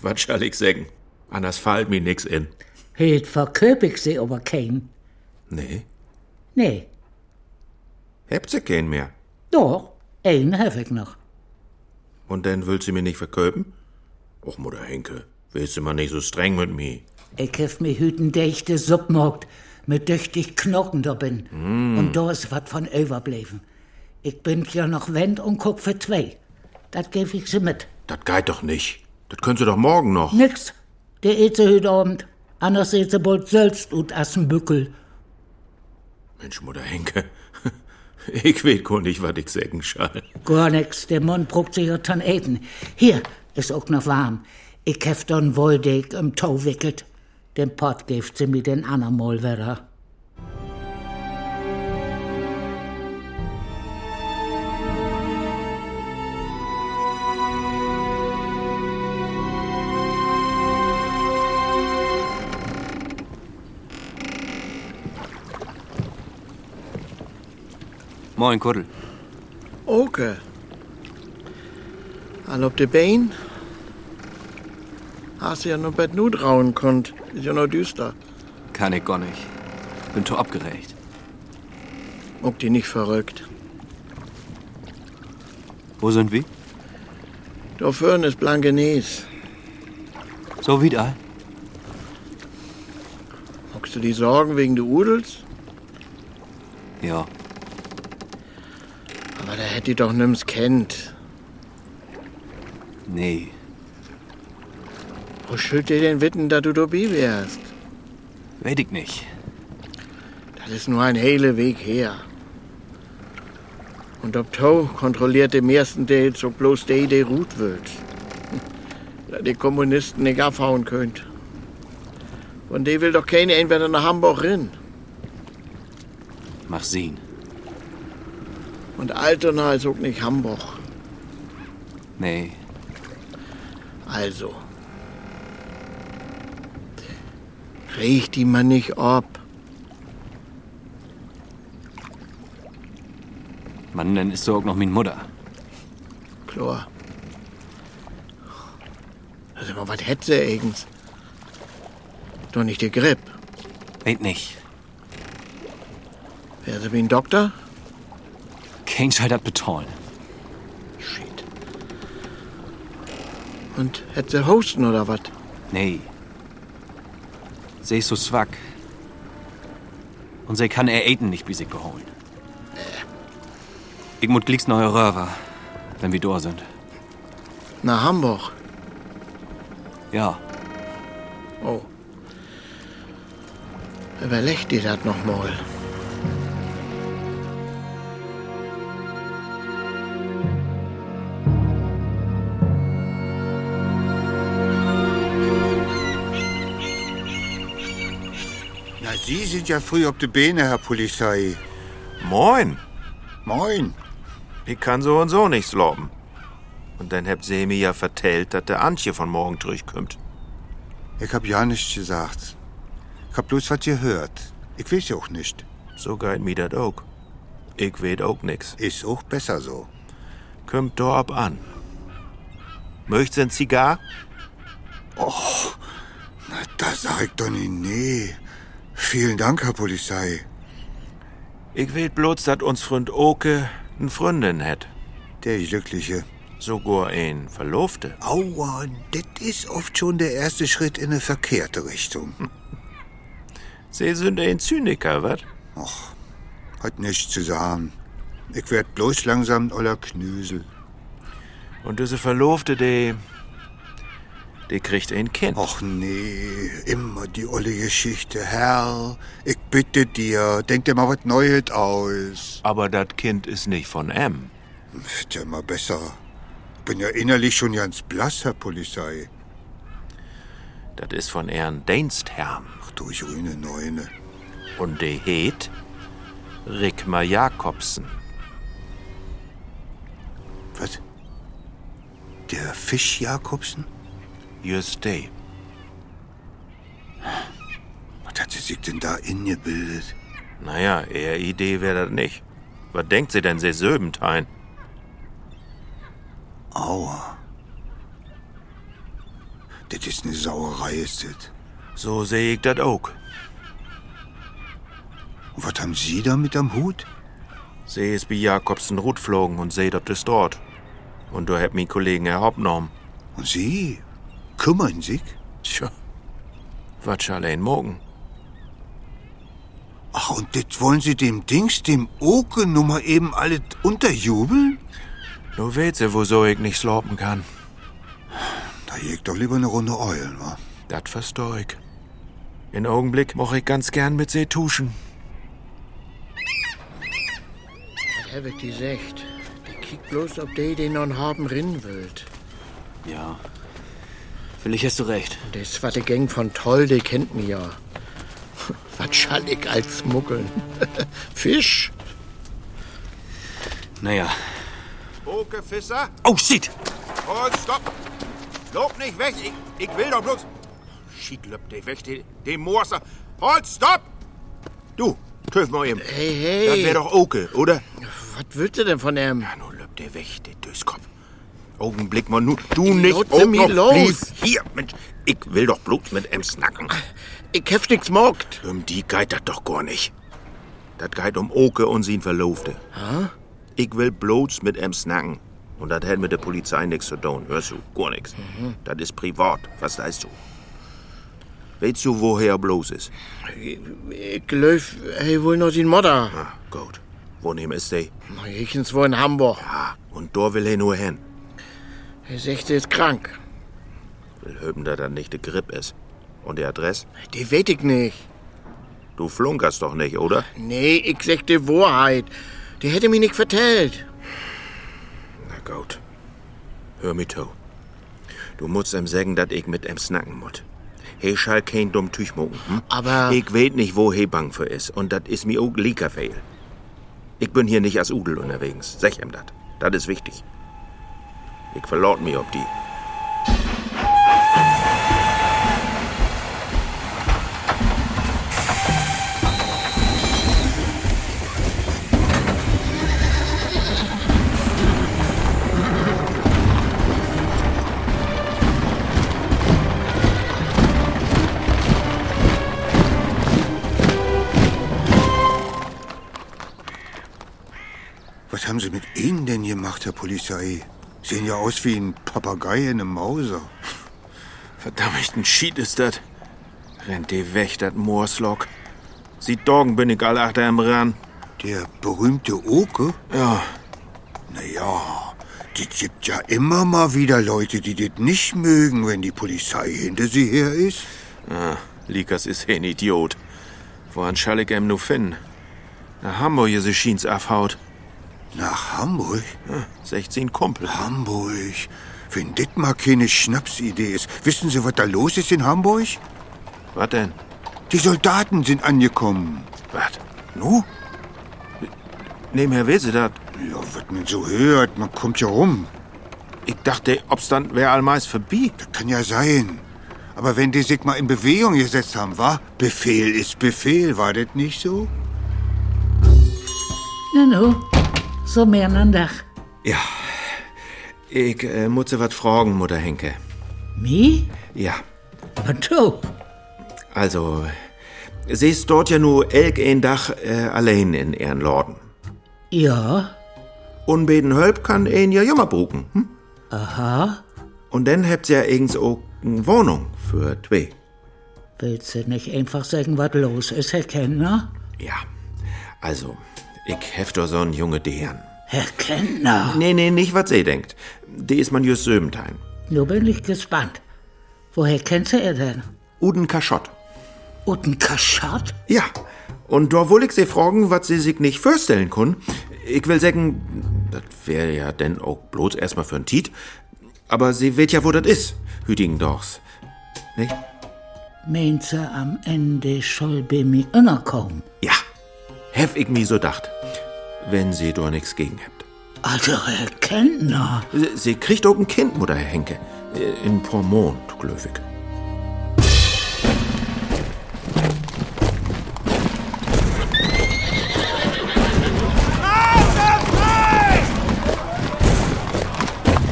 [SPEAKER 14] Wat schall ich sägen? Anders fallt mir nix in.
[SPEAKER 1] Hielt verköpig sie aber kein.
[SPEAKER 14] Nee,
[SPEAKER 1] Nee,
[SPEAKER 14] hebt sie keinen mehr.
[SPEAKER 1] doch, einen hab ich noch.
[SPEAKER 14] Und dann willst sie mir nicht verköpen? Och, Mutter Henke, willst du mal nicht so streng mit mir?
[SPEAKER 1] Ich hef mir hüten dächte Suppmogt, mit düchtig Knochen da bin.
[SPEAKER 14] Mm.
[SPEAKER 1] Und da ist wat von überbleiben. Ich bin ja noch wend und guck für zwei. Dat geb ich sie mit.
[SPEAKER 14] Dat geht doch nicht. Dat können sie doch morgen noch.
[SPEAKER 1] Nix, der et sie heute Abend. Anders et sie bald selbst und assen Bückel.
[SPEAKER 14] Mensch, Mutter Henke, ich weet gar nicht, wat ich sägen schall.
[SPEAKER 1] Gar nix, der Mund probt sich ja dann eten. Hier, ist auch noch warm. Ich hef dann Wolldeck im Tau wickelt. Den Pott geeft sie mir den anderen Mal wieder.
[SPEAKER 15] Moin, Kuddel.
[SPEAKER 11] Oke. All op de been? Hast du ja nur Bett nu trauen konnt. Ist ja noch düster.
[SPEAKER 15] Kann ich gar nicht. Bin zu abgeregt.
[SPEAKER 11] Ob die nicht verrückt.
[SPEAKER 15] Wo sind wir?
[SPEAKER 11] Da vorn ist Blankenes.
[SPEAKER 15] So wieder.
[SPEAKER 11] Magst du die Sorgen wegen de Udels?
[SPEAKER 15] Ja.
[SPEAKER 11] Aber da hätt die doch nimm's kennt.
[SPEAKER 15] Nee.
[SPEAKER 11] Wo schuld dir denn Witten, dass du da bi wärst?
[SPEAKER 15] Weet ich nicht.
[SPEAKER 11] Da Das ist nur ein heiler Weg her. Und ob Tau kontrolliert im ersten Teil so bloß der, der Ruth wird. Da die Kommunisten nicht abhauen könnt. Und die will doch keine entweder nach Hamburg rin.
[SPEAKER 10] Mach sehen.
[SPEAKER 11] Und Altona ist auch nicht Hamburg.
[SPEAKER 10] Nee.
[SPEAKER 11] Also. Riecht die man nicht ab.
[SPEAKER 10] Mann, dann ist du auch noch mein Mutter.
[SPEAKER 11] Klar. Also, aber was hätte sie eigens? Doch nicht die Grippe.
[SPEAKER 10] Weet nicht.
[SPEAKER 11] Wäre sie wie ein Doktor?
[SPEAKER 10] Kein Schalt hat betollen.
[SPEAKER 11] Und hätte sie Hosten oder was?
[SPEAKER 10] Nee. Sie ist so zwack. Und sie kann er Aiden nicht bei sich beholen. Ich muss glicks neue Röver, wenn wir da sind.
[SPEAKER 11] Nach Hamburg.
[SPEAKER 10] Ja,
[SPEAKER 11] Oh. Überleg dir das nochmal.
[SPEAKER 4] Na, Sie sind ja früh auf die Beine, Herr Polizei. Moin.
[SPEAKER 5] Moin. Ich kann so und so nichts loben. Und dann habt sie mir ja vertellt, dass der Antje von morgen durchkommt.
[SPEAKER 4] Ich hab ja nichts gesagt. Ich hab bloß was gehört. Ich weiß ja auch nicht.
[SPEAKER 5] So geht mir das auch. Ich weet auch nix.
[SPEAKER 4] Ist auch besser so.
[SPEAKER 5] Kommt doch ab an. Möcht's ein Zigar?
[SPEAKER 4] Och, Oh, na, das sag ich doch nicht, nee. Vielen Dank, Herr Polizei.
[SPEAKER 5] Ich weet bloß, dass uns Freund Oke n Freundin hat.
[SPEAKER 4] Der Glückliche.
[SPEAKER 5] Sogar ein Verlobte.
[SPEAKER 4] Aua, das ist oft schon der erste Schritt in eine verkehrte Richtung.
[SPEAKER 5] Sie sind ein Zyniker, wat?
[SPEAKER 4] Ach, hat nichts zu sagen. Ich werd bloß langsam ein oller Knüsel.
[SPEAKER 5] Und diese Verlobte, die. die kriegt ein Kind.
[SPEAKER 4] Och nee, immer die olle Geschichte. Herr, ich bitte dir, denk dir mal was Neues aus.
[SPEAKER 5] Aber das Kind ist nicht von M.
[SPEAKER 4] Ist ja immer besser. Bin ja innerlich schon ganz blass, Herr Polizei.
[SPEAKER 5] Das ist von Herrn Dienstherrn. Ach
[SPEAKER 4] du grüne Neune.
[SPEAKER 5] Und die het Rickmar Jakobsen.
[SPEAKER 4] Was? Der Fisch Jakobsen?
[SPEAKER 5] Just die.
[SPEAKER 4] Was hat sie sich denn da ingebildet?
[SPEAKER 5] Naja, eher Idee wäre das nicht. Was denkt sie denn, sie Söbentein?
[SPEAKER 4] Aua. Das ist eine Sauerei, ist das.
[SPEAKER 5] So sehe ich das auch.
[SPEAKER 4] Und was haben Sie damit am Hut?
[SPEAKER 5] Sie ist bei Jakobsen Rutflogen und seht, ob das dort. Und du hätt mi Kollegen erhauptnommen.
[SPEAKER 4] Und Sie? Kümmern sich?
[SPEAKER 5] Tja. Was schall ein morgen?
[SPEAKER 4] Ach, und das wollen Sie dem Dings, dem Oke, nun mal eben alles unterjubeln?
[SPEAKER 5] Du weht sie, wieso ich nicht slopen kann.
[SPEAKER 4] Da jägt doch lieber eine Runde Eulen, wa?
[SPEAKER 5] Dat verstor ich. In Augenblick moch ich ganz gern mit sie tuschen.
[SPEAKER 11] Das hab ich gesagt. Die kickt bloß, ob die den noch haben rinnen wollt.
[SPEAKER 10] Ja. Vielleicht hast du recht.
[SPEAKER 11] Das war die Gang von Toll, die kennt mich ja. Was schall ich als Muckeln? Fisch?
[SPEAKER 10] Naja.
[SPEAKER 5] Oke Fisser?
[SPEAKER 10] Oh, shit!
[SPEAKER 5] Und Halt, stopp! Lob nicht weg! Ich, ich will doch bloß. Schied löpp dich weg, den, den Moorster. Halt, stopp! Du, töf mal eben.
[SPEAKER 11] Hey, hey.
[SPEAKER 5] Das wär doch Oke, oder?
[SPEAKER 11] Was willst du denn von dem?
[SPEAKER 5] Nu löpp dich weg, den Döskopf. Augenblick mal, nu, du
[SPEAKER 11] Lotse
[SPEAKER 5] nicht. Auch
[SPEAKER 11] mi
[SPEAKER 5] noch,
[SPEAKER 11] los.
[SPEAKER 5] blieb hier, Mensch. Ich will doch bloß mit em snacken.
[SPEAKER 11] Ich hab nix mockt.
[SPEAKER 5] Um die geht das doch gar nicht. Das geht um Oke und sin Verlobte.
[SPEAKER 11] Ha?
[SPEAKER 5] Ich will bloß mit em snacken. Und das hat mit der Polizei nix zu tun, hörst du? Gar nix.
[SPEAKER 6] Mhm.
[SPEAKER 5] Das ist privat, was weißt du? Weißt du, woher bloß ist?
[SPEAKER 11] Ich glaub, er will noch den Mutter.
[SPEAKER 5] Ah, gut. Wohin ist die?
[SPEAKER 11] Nächstens wohl in Hamburg.
[SPEAKER 5] Und da will er nur hin.
[SPEAKER 11] Er sagt, er ist krank.
[SPEAKER 5] Will höben, dass das nicht der Grip ist. Und die Adresse?
[SPEAKER 11] Die weiß ich nicht.
[SPEAKER 5] Du flunkerst doch nicht, oder?
[SPEAKER 11] Nee, ich sag die Wahrheit. Die hätte mich nicht vertellt.
[SPEAKER 5] Na gut. Hör mi to. Du musst ihm sagen, dass ich mit ihm snacken muss. He schall kein dumm Tüch mucken. Hm?
[SPEAKER 11] Aber-
[SPEAKER 5] Ich weet nicht, wo he bang für ist. Und das is mi auch lieker fehl. Ich bin hier nicht als Udel unterwegs. Sag ihm dat. Dat is wichtig. Ich verlaut mi ob die.
[SPEAKER 4] Was haben Sie mit Ihnen denn gemacht, Herr Polizei? Sehen ja aus wie ein Papagei in einem Mauser.
[SPEAKER 5] Verdammten Schied ist das. Rennt die weg, dat Moorslock. Sieht Dorgen bin ich all achter im Ran.
[SPEAKER 4] Der berühmte Oke?
[SPEAKER 5] Ja.
[SPEAKER 4] Naja, das gibt ja immer mal wieder Leute, die das nicht mögen, wenn die Polizei hinter sie her ist.
[SPEAKER 5] Ah, Likas ist ein Idiot. Woran schall ich ihm nur finden? Nach Hamburg ist sie schien's afhaut.
[SPEAKER 4] Nach Hamburg?
[SPEAKER 5] Ja, 16 Kumpel.
[SPEAKER 4] Hamburg. Wenn das mal keine Schnapsidee ist, wissen Sie, was da los ist in Hamburg?
[SPEAKER 5] Was denn?
[SPEAKER 4] Die Soldaten sind angekommen.
[SPEAKER 5] Was? Nu? Nebenher will sie das.
[SPEAKER 4] Ja, was man so hört, man kommt ja rum.
[SPEAKER 5] Ich dachte, Obstand wäre allmeist vorbei.
[SPEAKER 4] Das kann ja sein. Aber wenn die sich mal in Bewegung gesetzt haben, war Befehl ist Befehl, war das nicht so?
[SPEAKER 1] Na nu, so mehr an Dach.
[SPEAKER 5] Ja. Ich äh, muss sie was fragen, Mutter Henke.
[SPEAKER 1] Mi?
[SPEAKER 5] Ja.
[SPEAKER 1] Aber du?
[SPEAKER 5] Also, sie ist dort ja nur elk ein Dach äh, allein in ihren Lorden.
[SPEAKER 1] Ja.
[SPEAKER 5] Unbeten Hölp kann ihn ja jammer bruken. Hm?
[SPEAKER 1] Aha.
[SPEAKER 5] Und dann habt ihr ja irgends auch eine Wohnung für zwei.
[SPEAKER 1] Willst du nicht einfach sagen, was los ist, Herr Kellner?
[SPEAKER 5] Ja, also, ich heft doch so einen junge Dern.
[SPEAKER 1] Herr Kellner?
[SPEAKER 5] Nee, nee, nicht, was sie denkt. Die ist man just Söbentein.
[SPEAKER 1] Nur bin ich gespannt. Woher kennst du er denn?
[SPEAKER 5] Uden Kaschott.
[SPEAKER 1] Uden Kaschott?
[SPEAKER 5] Ja, und da wohl ich sie fragen, was sie sich nicht vorstellen können. Ich will sagen, das wäre ja denn auch bloß erstmal für ein Tiet. Aber sie weet ja, wo das ist, Hüdingendorfs. Nicht?
[SPEAKER 1] Meinst du, am Ende soll bei mir innerkommen?
[SPEAKER 5] Ja, hef ich mir so dacht. Wenn sie doch nix gegen habt.
[SPEAKER 1] Also, Herr Kellner.
[SPEAKER 5] Sie, sie kriegt auch ein Kind, Mutter Henke. Äh, In Pormont, glöwig.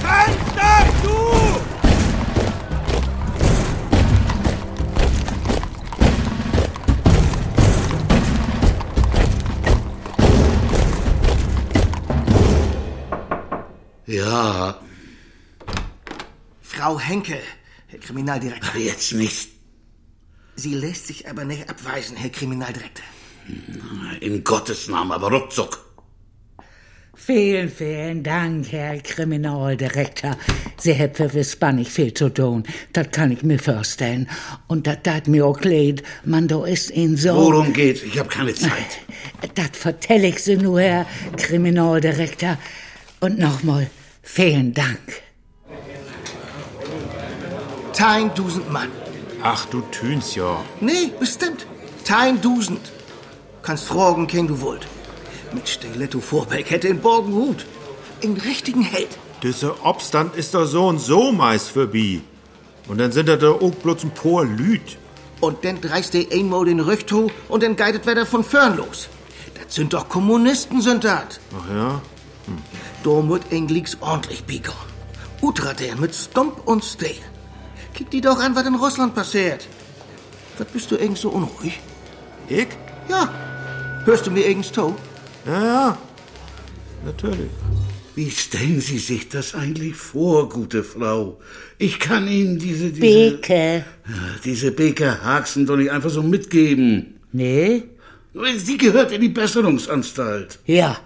[SPEAKER 12] Fenster zu!
[SPEAKER 6] Ja,
[SPEAKER 12] Frau Henkel, Herr Kriminaldirektor.
[SPEAKER 6] jetzt nicht.
[SPEAKER 12] Sie lässt sich aber nicht abweisen, Herr Kriminaldirektor.
[SPEAKER 6] In Gottes Namen, aber ruckzuck.
[SPEAKER 1] Vielen, vielen Dank, Herr Kriminaldirektor. Sie hat für Wispern nicht viel zu tun. Das kann ich mir vorstellen. Und das tat mir auch leid. Man, du ist in so...
[SPEAKER 6] Worum geht's? Ich habe keine Zeit.
[SPEAKER 1] Das vertell ich Sie nur, Herr Kriminaldirektor. Und nochmal, vielen Dank.
[SPEAKER 12] Tausend Mann.
[SPEAKER 16] Ach, du tünst ja.
[SPEAKER 12] Nee, bestimmt. Tausend. Kannst fragen, wen du wollt. Mit Stiletto Vorbeck hätte in Borgenhut. In richtigen Held.
[SPEAKER 16] Diese Obstand ist doch so und so meist vorbei. Und dann sind da doch auch bloß ein paar Lüd.
[SPEAKER 12] Und dann dreist der einmal den Rüchtu und dann geidet wer da von Fern los. Das sind doch Kommunisten, sind das.
[SPEAKER 16] Ach ja?
[SPEAKER 12] Da muss Engliks ordentlich biegen. Utra der mit Stomp und Stay. Kick die doch an, was in Russland passiert. Was bist du irgend so unruhig?
[SPEAKER 16] Ich?
[SPEAKER 12] Ja. Hörst du mir irgends to?
[SPEAKER 16] Ja, ja. Natürlich.
[SPEAKER 6] Wie stellen Sie sich das eigentlich vor, gute Frau? Ich kann Ihnen diese... diese
[SPEAKER 1] Beke.
[SPEAKER 6] Diese Beke Haxen doch nicht einfach so mitgeben.
[SPEAKER 1] Nee?
[SPEAKER 6] Sie gehört in die Besserungsanstalt.
[SPEAKER 1] Ja,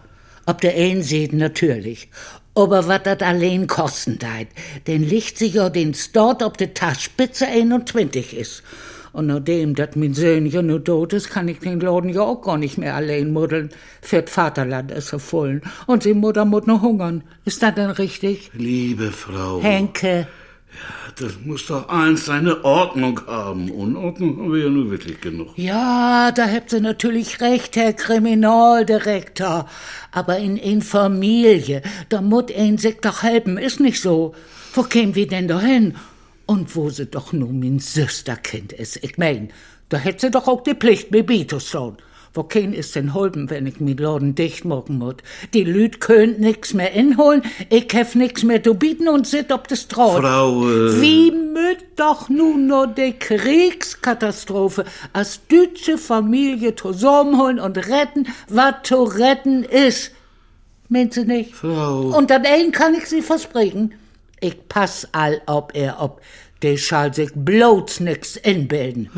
[SPEAKER 1] ob der einen sieht, natürlich. Aber was das allein kosten deit, denn liegt sich ja den Stort, ob de Tagspitze 21 ist. Und nur dem, dat mein Söhnchen nu tot ist, kann ich den Laden ja auch gar nicht mehr allein muddeln. Fürs Vaterland ist er voll. Und die Mutter muss noch hungern. Ist das denn richtig?
[SPEAKER 6] Liebe Frau.
[SPEAKER 1] Henke.
[SPEAKER 6] Das muss doch eins seine Ordnung haben. Unordnung haben wir ja nun wirklich genug.
[SPEAKER 1] Ja, da habt ihr natürlich recht, Herr Kriminaldirektor. Aber in in Familie, da muss ein sich doch helfen, ist nicht so. Wo kämen wir denn da hin? Und wo sie doch nur mein Süsterkind ist, ich mein, da hätt sie doch auch die Pflicht, mir bieten sollen. Wo kein ist denn holpen, wenn ich mit Laden dicht machen muss? Die Lüd könnt nix mehr inholen, ich hef nix mehr zu bieten und sit ob des Traut.
[SPEAKER 6] Frau, äh,
[SPEAKER 1] Wie müt doch nun nur die Kriegskatastrophe als deutsche Familie zusammenholen und retten, was zu retten ist? Meint sie nicht?
[SPEAKER 6] Frau.
[SPEAKER 1] Und an einen kann ich sie versprechen. Ich pass all ob er ob. Die schall sich bloß nix inbilden.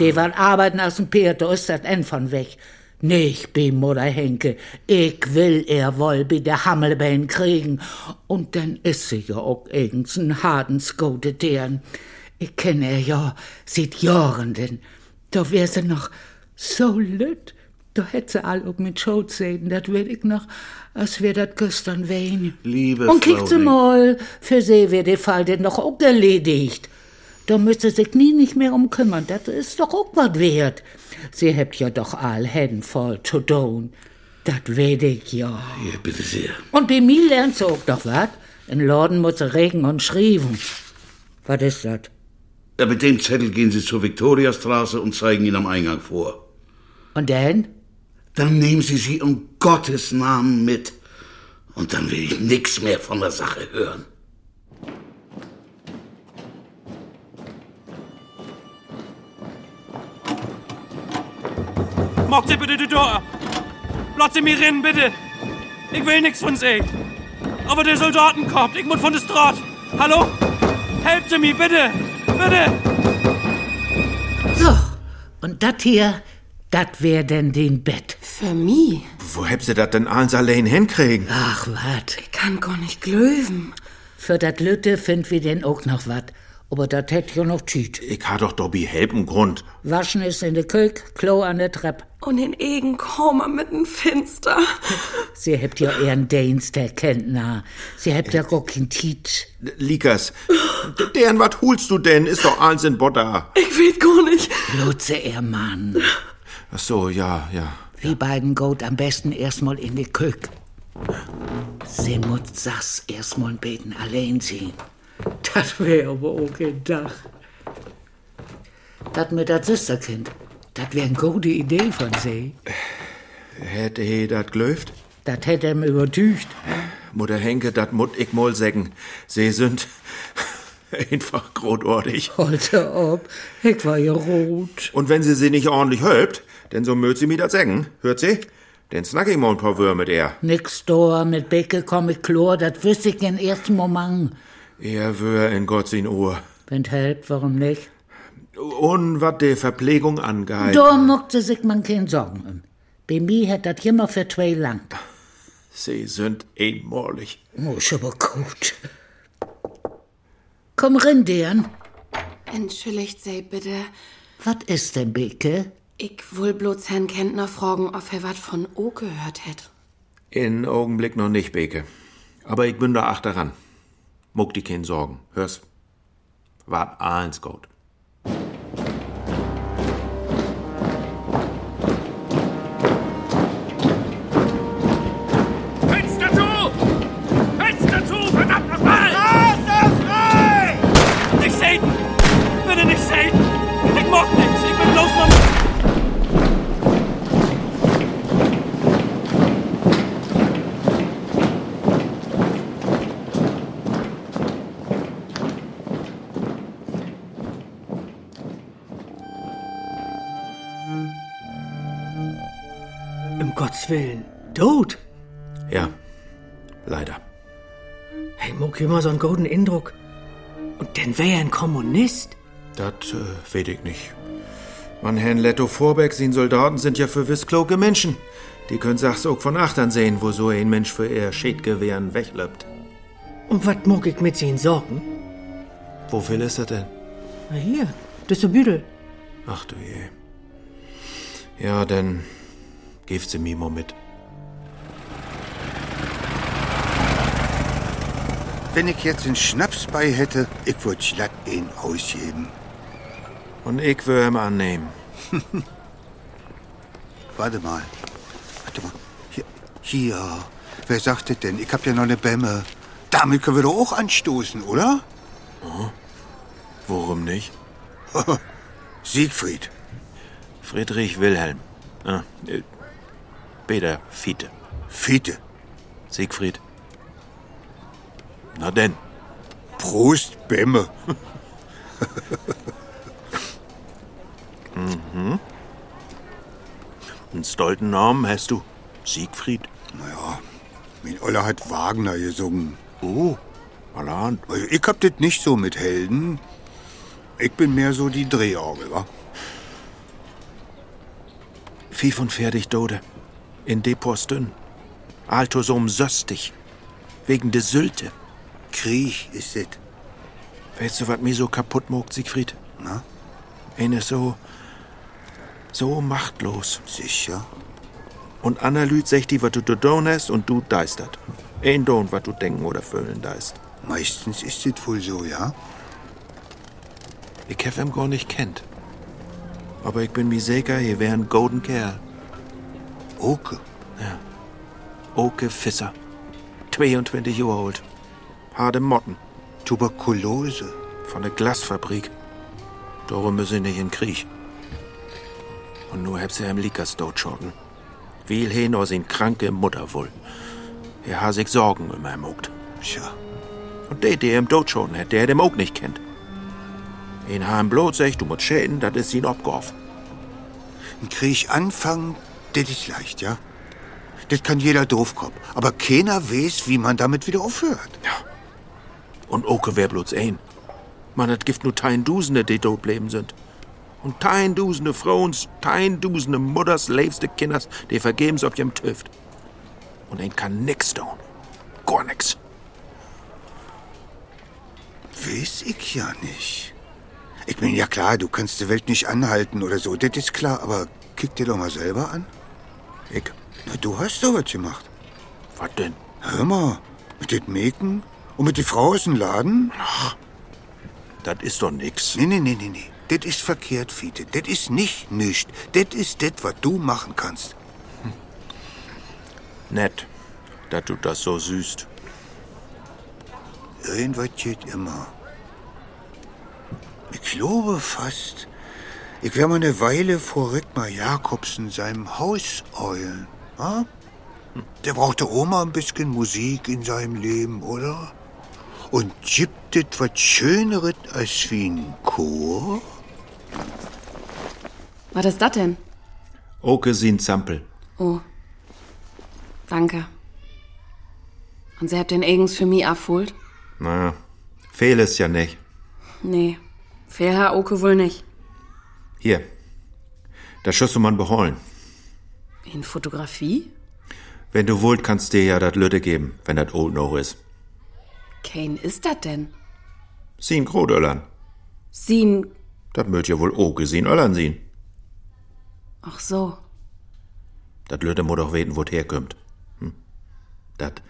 [SPEAKER 1] Die wollen arbeiten aus dem Pier, da ist das End von weg. Nicht bi Mutter Henke. Ich will er wohl bi der Hammelbein kriegen. Und dann ist sie ja auch irgends ein hardenskote Tieren. Ich kenne er ja seit Jahren denn. Da wär sie noch so lütt. Da hätt sie all auch mit Schuld sehen, das will ich noch, als wär das gestern wein.
[SPEAKER 6] Liebe
[SPEAKER 1] Und
[SPEAKER 6] Frau.
[SPEAKER 1] kickt sie mal, für sie wird der Fall denn doch auch erledigt. Da müsste sich nie nicht mehr um kümmern, das ist doch auch was wert. Sie habt ja doch all Hände voll zu tun. Das weet ich ja.
[SPEAKER 6] Hier, bitte sehr.
[SPEAKER 1] Und bei mir lernt sie auch doch was. In Laden muss sie regen und schreiben. Was ist das?
[SPEAKER 6] Ja, mit dem Zettel gehen Sie zur Viktoriastraße und zeigen ihn am Eingang vor.
[SPEAKER 1] Und dann?
[SPEAKER 6] Dann nehmen Sie sie um Gottes Namen mit. Und dann will ich nichts mehr von der Sache hören.
[SPEAKER 17] Macht sie bitte die Tür ab. Lasst sie mir rennen, bitte. Ich will nichts von sie. Aber der Soldaten kommt. Ich muss von der Straße. Hallo? Helft sie mir, bitte. Bitte.
[SPEAKER 1] So, und das hier, das wär denn den Bett.
[SPEAKER 3] Für mich?
[SPEAKER 5] Wo habt ihr das denn alles allein hinkriegen?
[SPEAKER 1] Ach, wat. Ich
[SPEAKER 3] kann gar nicht glöwen.
[SPEAKER 1] Für dat Lütte find wir denn auch noch wat. Aber dat hätt ja noch Tiet.
[SPEAKER 5] Ich ha doch Dobby helpen Grund.
[SPEAKER 1] Waschen ist in de Kök, Klo an der Treppe.
[SPEAKER 18] Und in Egen Koma mitten finster.
[SPEAKER 1] Sie hebt ja ihren Dienst erkennt, na. Sie hebt ja gar kein Tiet.
[SPEAKER 5] Likas, d- deren was holst du denn? Ist doch alles in Butter.
[SPEAKER 18] Ich will gar nicht.
[SPEAKER 1] Lutze, er Mann.
[SPEAKER 5] Ach so, ja, ja.
[SPEAKER 1] Wie beiden geht am besten erstmal in die Kök. Sie muss das erstmal beten allein ziehen. Das wäre aber auch gedacht. Das mit das Sisterkind, das wäre eine gute Idee von sie.
[SPEAKER 5] Hätte he dat glöft?
[SPEAKER 1] Das hätte er mir übertücht.
[SPEAKER 5] Mutter Henke, dat mut ich mol sägen. Sie sind einfach großartig.
[SPEAKER 1] Holte ob, ich war ja rot.
[SPEAKER 5] Und wenn sie sie nicht ordentlich helpt, denn so mögt sie mir dat sägen. Hört sie? Denn snack ich mal ein paar Würmer mit er.
[SPEAKER 1] Nix da, mit Becke komm mit Chlor, das wüsste ich den ersten Moment.
[SPEAKER 5] Er wär in Gott sin Uhr.
[SPEAKER 1] Wenn help, warum nicht?
[SPEAKER 5] Und wat de Verpflegung angeht.
[SPEAKER 1] Da muckte sich man keinen Sorgen um. Bei mir hätt das immer für zwei lang.
[SPEAKER 5] Sie sind einmalig.
[SPEAKER 1] Muss Oh, aber gut. Komm rein, Dian.
[SPEAKER 3] Entschuldigt sei bitte.
[SPEAKER 1] Was ist denn, Beke?
[SPEAKER 3] Ich will bloß Herrn Kentner fragen, ob er was von O gehört hätt.
[SPEAKER 5] In Augenblick noch nicht, Beke. Aber ich bin da achter ran. Muck die keinen Sorgen. Hör's. Wart eins gut.
[SPEAKER 19] Fenster zu! Fenster zu! Verdammt nochmal! Straße frei!
[SPEAKER 17] Nicht Satan! Bitte nicht Satan! Ich mag nichts. Ich bin bloß von...
[SPEAKER 9] Um Gottes Willen. Tot?
[SPEAKER 5] Ja, leider.
[SPEAKER 9] Hey, Muck, immer so einen guten Eindruck. Und dann wär er ein Kommunist.
[SPEAKER 5] Dat äh, weet ich nicht. Mann, Herrn Letto Vorbeck, sin Soldaten sind ja für wiss kluge Menschen. Die können sachs auch von achtern sehen, wo so ein Mensch für ihr Schädgewehren weglöppt.
[SPEAKER 9] Und was muck ich mit seinen Sorgen?
[SPEAKER 5] Wo viel ist er denn?
[SPEAKER 9] Na hier, das ist der Büdel.
[SPEAKER 5] Ach du je. Ja, dann geeft sie Mimo mit.
[SPEAKER 4] Wenn ich jetzt einen Schnaps bei hätte, ich würde glatt ihn ausheben.
[SPEAKER 5] Und ich würde ihn annehmen.
[SPEAKER 4] Warte mal. Warte mal. Hier. Hier. Wer sagt das denn? Ich hab ja noch eine Bämme. Damit können wir doch auch anstoßen, oder?
[SPEAKER 5] Oh. Worum nicht?
[SPEAKER 4] Siegfried.
[SPEAKER 5] Friedrich Wilhelm. Ah, äh, Peter Fiete.
[SPEAKER 4] Fiete?
[SPEAKER 5] Siegfried. Na denn.
[SPEAKER 4] Prost, Bämme.
[SPEAKER 5] Mhm. Einen stolzen Namen hast du. Siegfried.
[SPEAKER 4] Naja, mein Olle hat Wagner gesungen.
[SPEAKER 5] Oh, allerhand.
[SPEAKER 4] Also ich hab das nicht so mit Helden. Ich bin mehr so die Drehorgel, wa?
[SPEAKER 5] Vieh von fertig Dode. In Depos dünn. Altosom söstig. Wegen de Sylte.
[SPEAKER 4] Krieg ist it.
[SPEAKER 5] Weißt du, was mir so kaputt mogt, Siegfried?
[SPEAKER 4] Na?
[SPEAKER 5] Ein ist so. so machtlos.
[SPEAKER 4] Sicher.
[SPEAKER 5] Und Anna Lüth sagt die, was du donest und du deistert. Ein don't, was du denken oder fühlen deist.
[SPEAKER 4] Meistens ist es wohl so, ja?
[SPEAKER 5] Ich hab ihn gar nicht kennt. Aber ich bin mir sicher, hier wär ein golden Kerl.
[SPEAKER 4] Oke?
[SPEAKER 5] Ja. Oke Fisser. 22 Jahre alt. Harte Motten.
[SPEAKER 4] Tuberkulose.
[SPEAKER 5] Von der Glasfabrik. Darum müssen sie nicht in den Krieg. Und nur hab sie im Likas schocken. Viel hin aus in kranke Mutter wohl. Er ha sich Sorgen immer ermogt.
[SPEAKER 4] Tja.
[SPEAKER 5] Und der, der im Tod schon hat, der dem auch nicht kennt. In Heim bloß sagt, du musst schäden, das ist ihn Obgorf.
[SPEAKER 4] Ein Krieg anfangen, das ist leicht, ja? Das kann jeder Doofkopf. Aber keiner weiß, wie man damit wieder aufhört.
[SPEAKER 5] Und Oke wär bloß ein. Man hat Gift nur Teindusende, die tot bleiben sind. Und Teindusende Frauens, Teindusende Mutters, leibste Kinders, die vergebens ob jem Tüft. Und ein kann nix tun. Gar nix.
[SPEAKER 4] Weiß ich ja nicht. Ich meine, ja klar, du kannst die Welt nicht anhalten oder so, das ist klar, aber kick dir doch mal selber an.
[SPEAKER 5] Ich?
[SPEAKER 4] Na, du hast doch was gemacht.
[SPEAKER 5] Was denn?
[SPEAKER 4] Hör mal, mit den Mäken und mit der Frau aus dem Laden?
[SPEAKER 5] Ach, das ist doch nix.
[SPEAKER 4] Nee, nee, nee, nee, nee. Das ist verkehrt, Fiete. Das ist nicht nichts. Das ist das, was du machen kannst.
[SPEAKER 5] Nett, dass du das so süßt.
[SPEAKER 4] Irgendwas geht immer. Ich glaube fast, ich wär mal eine Weile vor Rittmar Jakobsen seinem Haus eulen. Ha? Der brauchte Oma ein bisschen Musik in seinem Leben, oder? Und gibt es was Schöneres als wie ein Chor?
[SPEAKER 3] Was ist das denn?
[SPEAKER 5] Oke sind Sampel.
[SPEAKER 3] Oh. Danke. Und sie habt den Egens für mich abholt?
[SPEAKER 5] Na, fehl es ja nicht.
[SPEAKER 3] Nee. Fair Herr Oke wohl nicht.
[SPEAKER 5] Hier, das schuss du man beholen.
[SPEAKER 3] In Fotografie?
[SPEAKER 5] Wenn du wollt, kannst dir ja dat Lütte geben, wenn dat old noch is.
[SPEAKER 3] Kane ist das denn?
[SPEAKER 5] Sien Grodöllern.
[SPEAKER 3] Sien.
[SPEAKER 5] Dat mögt ja wohl Oke sien Öllern sien.
[SPEAKER 3] Ach so.
[SPEAKER 5] Dat Lütte muss doch weten, wo't herkommt. Hm. Dat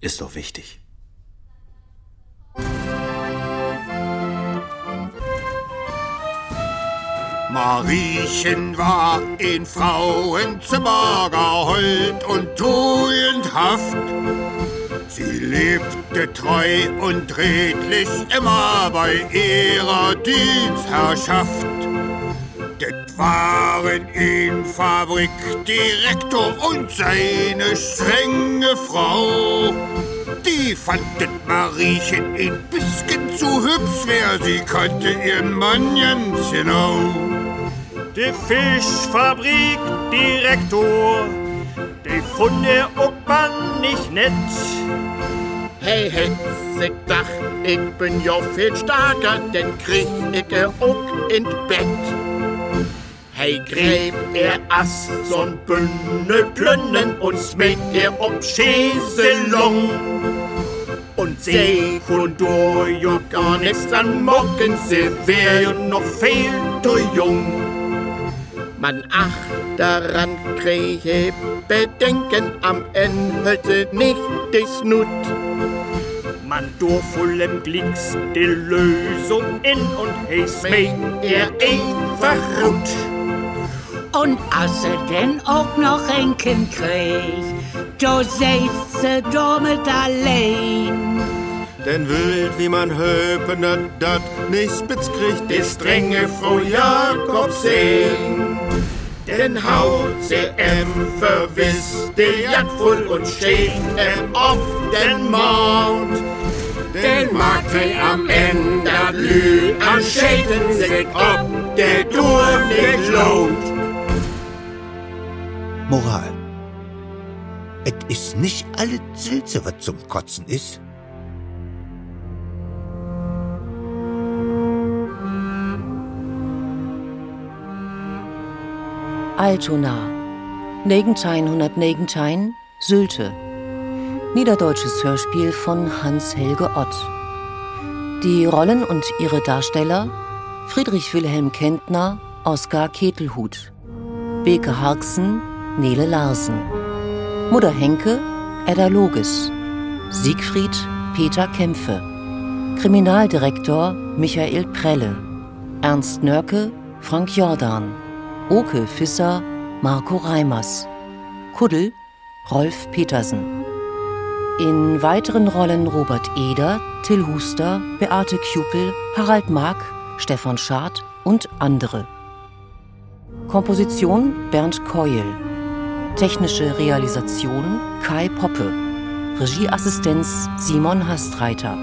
[SPEAKER 5] ist doch wichtig.
[SPEAKER 4] Mariechen war in Frauenzimmer geheult und tugendhaft. Sie lebte treu und redlich immer bei ihrer Dienstherrschaft. Das waren ihn Fabrikdirektor und seine strenge Frau. Die fanden Mariechen ein bisschen zu hübsch, wer sie kannte ihren Mann ganz genau.
[SPEAKER 20] Die Fischfabrikdirektor, die Funde ob man nicht nett.
[SPEAKER 21] Hey, hätt's ich gedacht, ich bin ja viel stärker, denn krieg ich er auch in Bett. Hey, gräb er Ast so'n Bünne plünnen und smet er ob Schäselung. und See. Von durch gar nichts an morgen sie wär noch viel zu jung.
[SPEAKER 22] Man acht daran kriege Bedenken am Ende nicht des Nut.
[SPEAKER 10] Man durch vollem Glicks die Lösung in und heiß
[SPEAKER 21] Wenn er einfach rutscht.
[SPEAKER 1] Und als sie denn auch noch ein Kind kriegt, da seht sie damit allein.
[SPEAKER 23] Denn wild, wie man höpen hat, dat nicht spitz kriegt, die strenge Frau Jakob sehen.
[SPEAKER 21] Denn haut sie em verwiss, die Jagd voll und steht em auf den Mond. Den mag sie am Ende lü am Schäden sich, ob der Tour nicht lohnt.
[SPEAKER 4] Moral. Et is nicht alle Silze, was zum Kotzen ist.
[SPEAKER 2] Altona, Negentein 100 Negentein, Sylte. Niederdeutsches Hörspiel von Hans-Helge Ott. Die Rollen und ihre Darsteller Friedrich Wilhelm Kentner, Oskar Ketelhut, Beke Harksen, Nele Larsen, Mutter Henke, Edda Loges, Siegfried, Peter Kämpfe, Kriminaldirektor Michael Prelle, Ernst Nörke, Frank Jordan, Oke Fisser, Marco Reimers. Kuddel, Rolf Petersen. In weiteren Rollen Robert Eder, Till Huster, Beate Kjupel, Harald Mark, Stefan Schad und andere. Komposition Bernd Keul. Technische Realisation Kai Poppe. Regieassistenz Simon Hastreiter.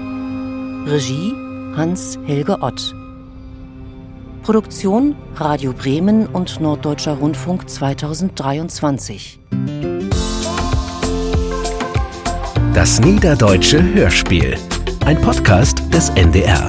[SPEAKER 2] Regie Hans-Helge Ott. Produktion Radio Bremen und Norddeutscher Rundfunk 2023.
[SPEAKER 7] Das Niederdeutsche Hörspiel. Ein Podcast des NDR.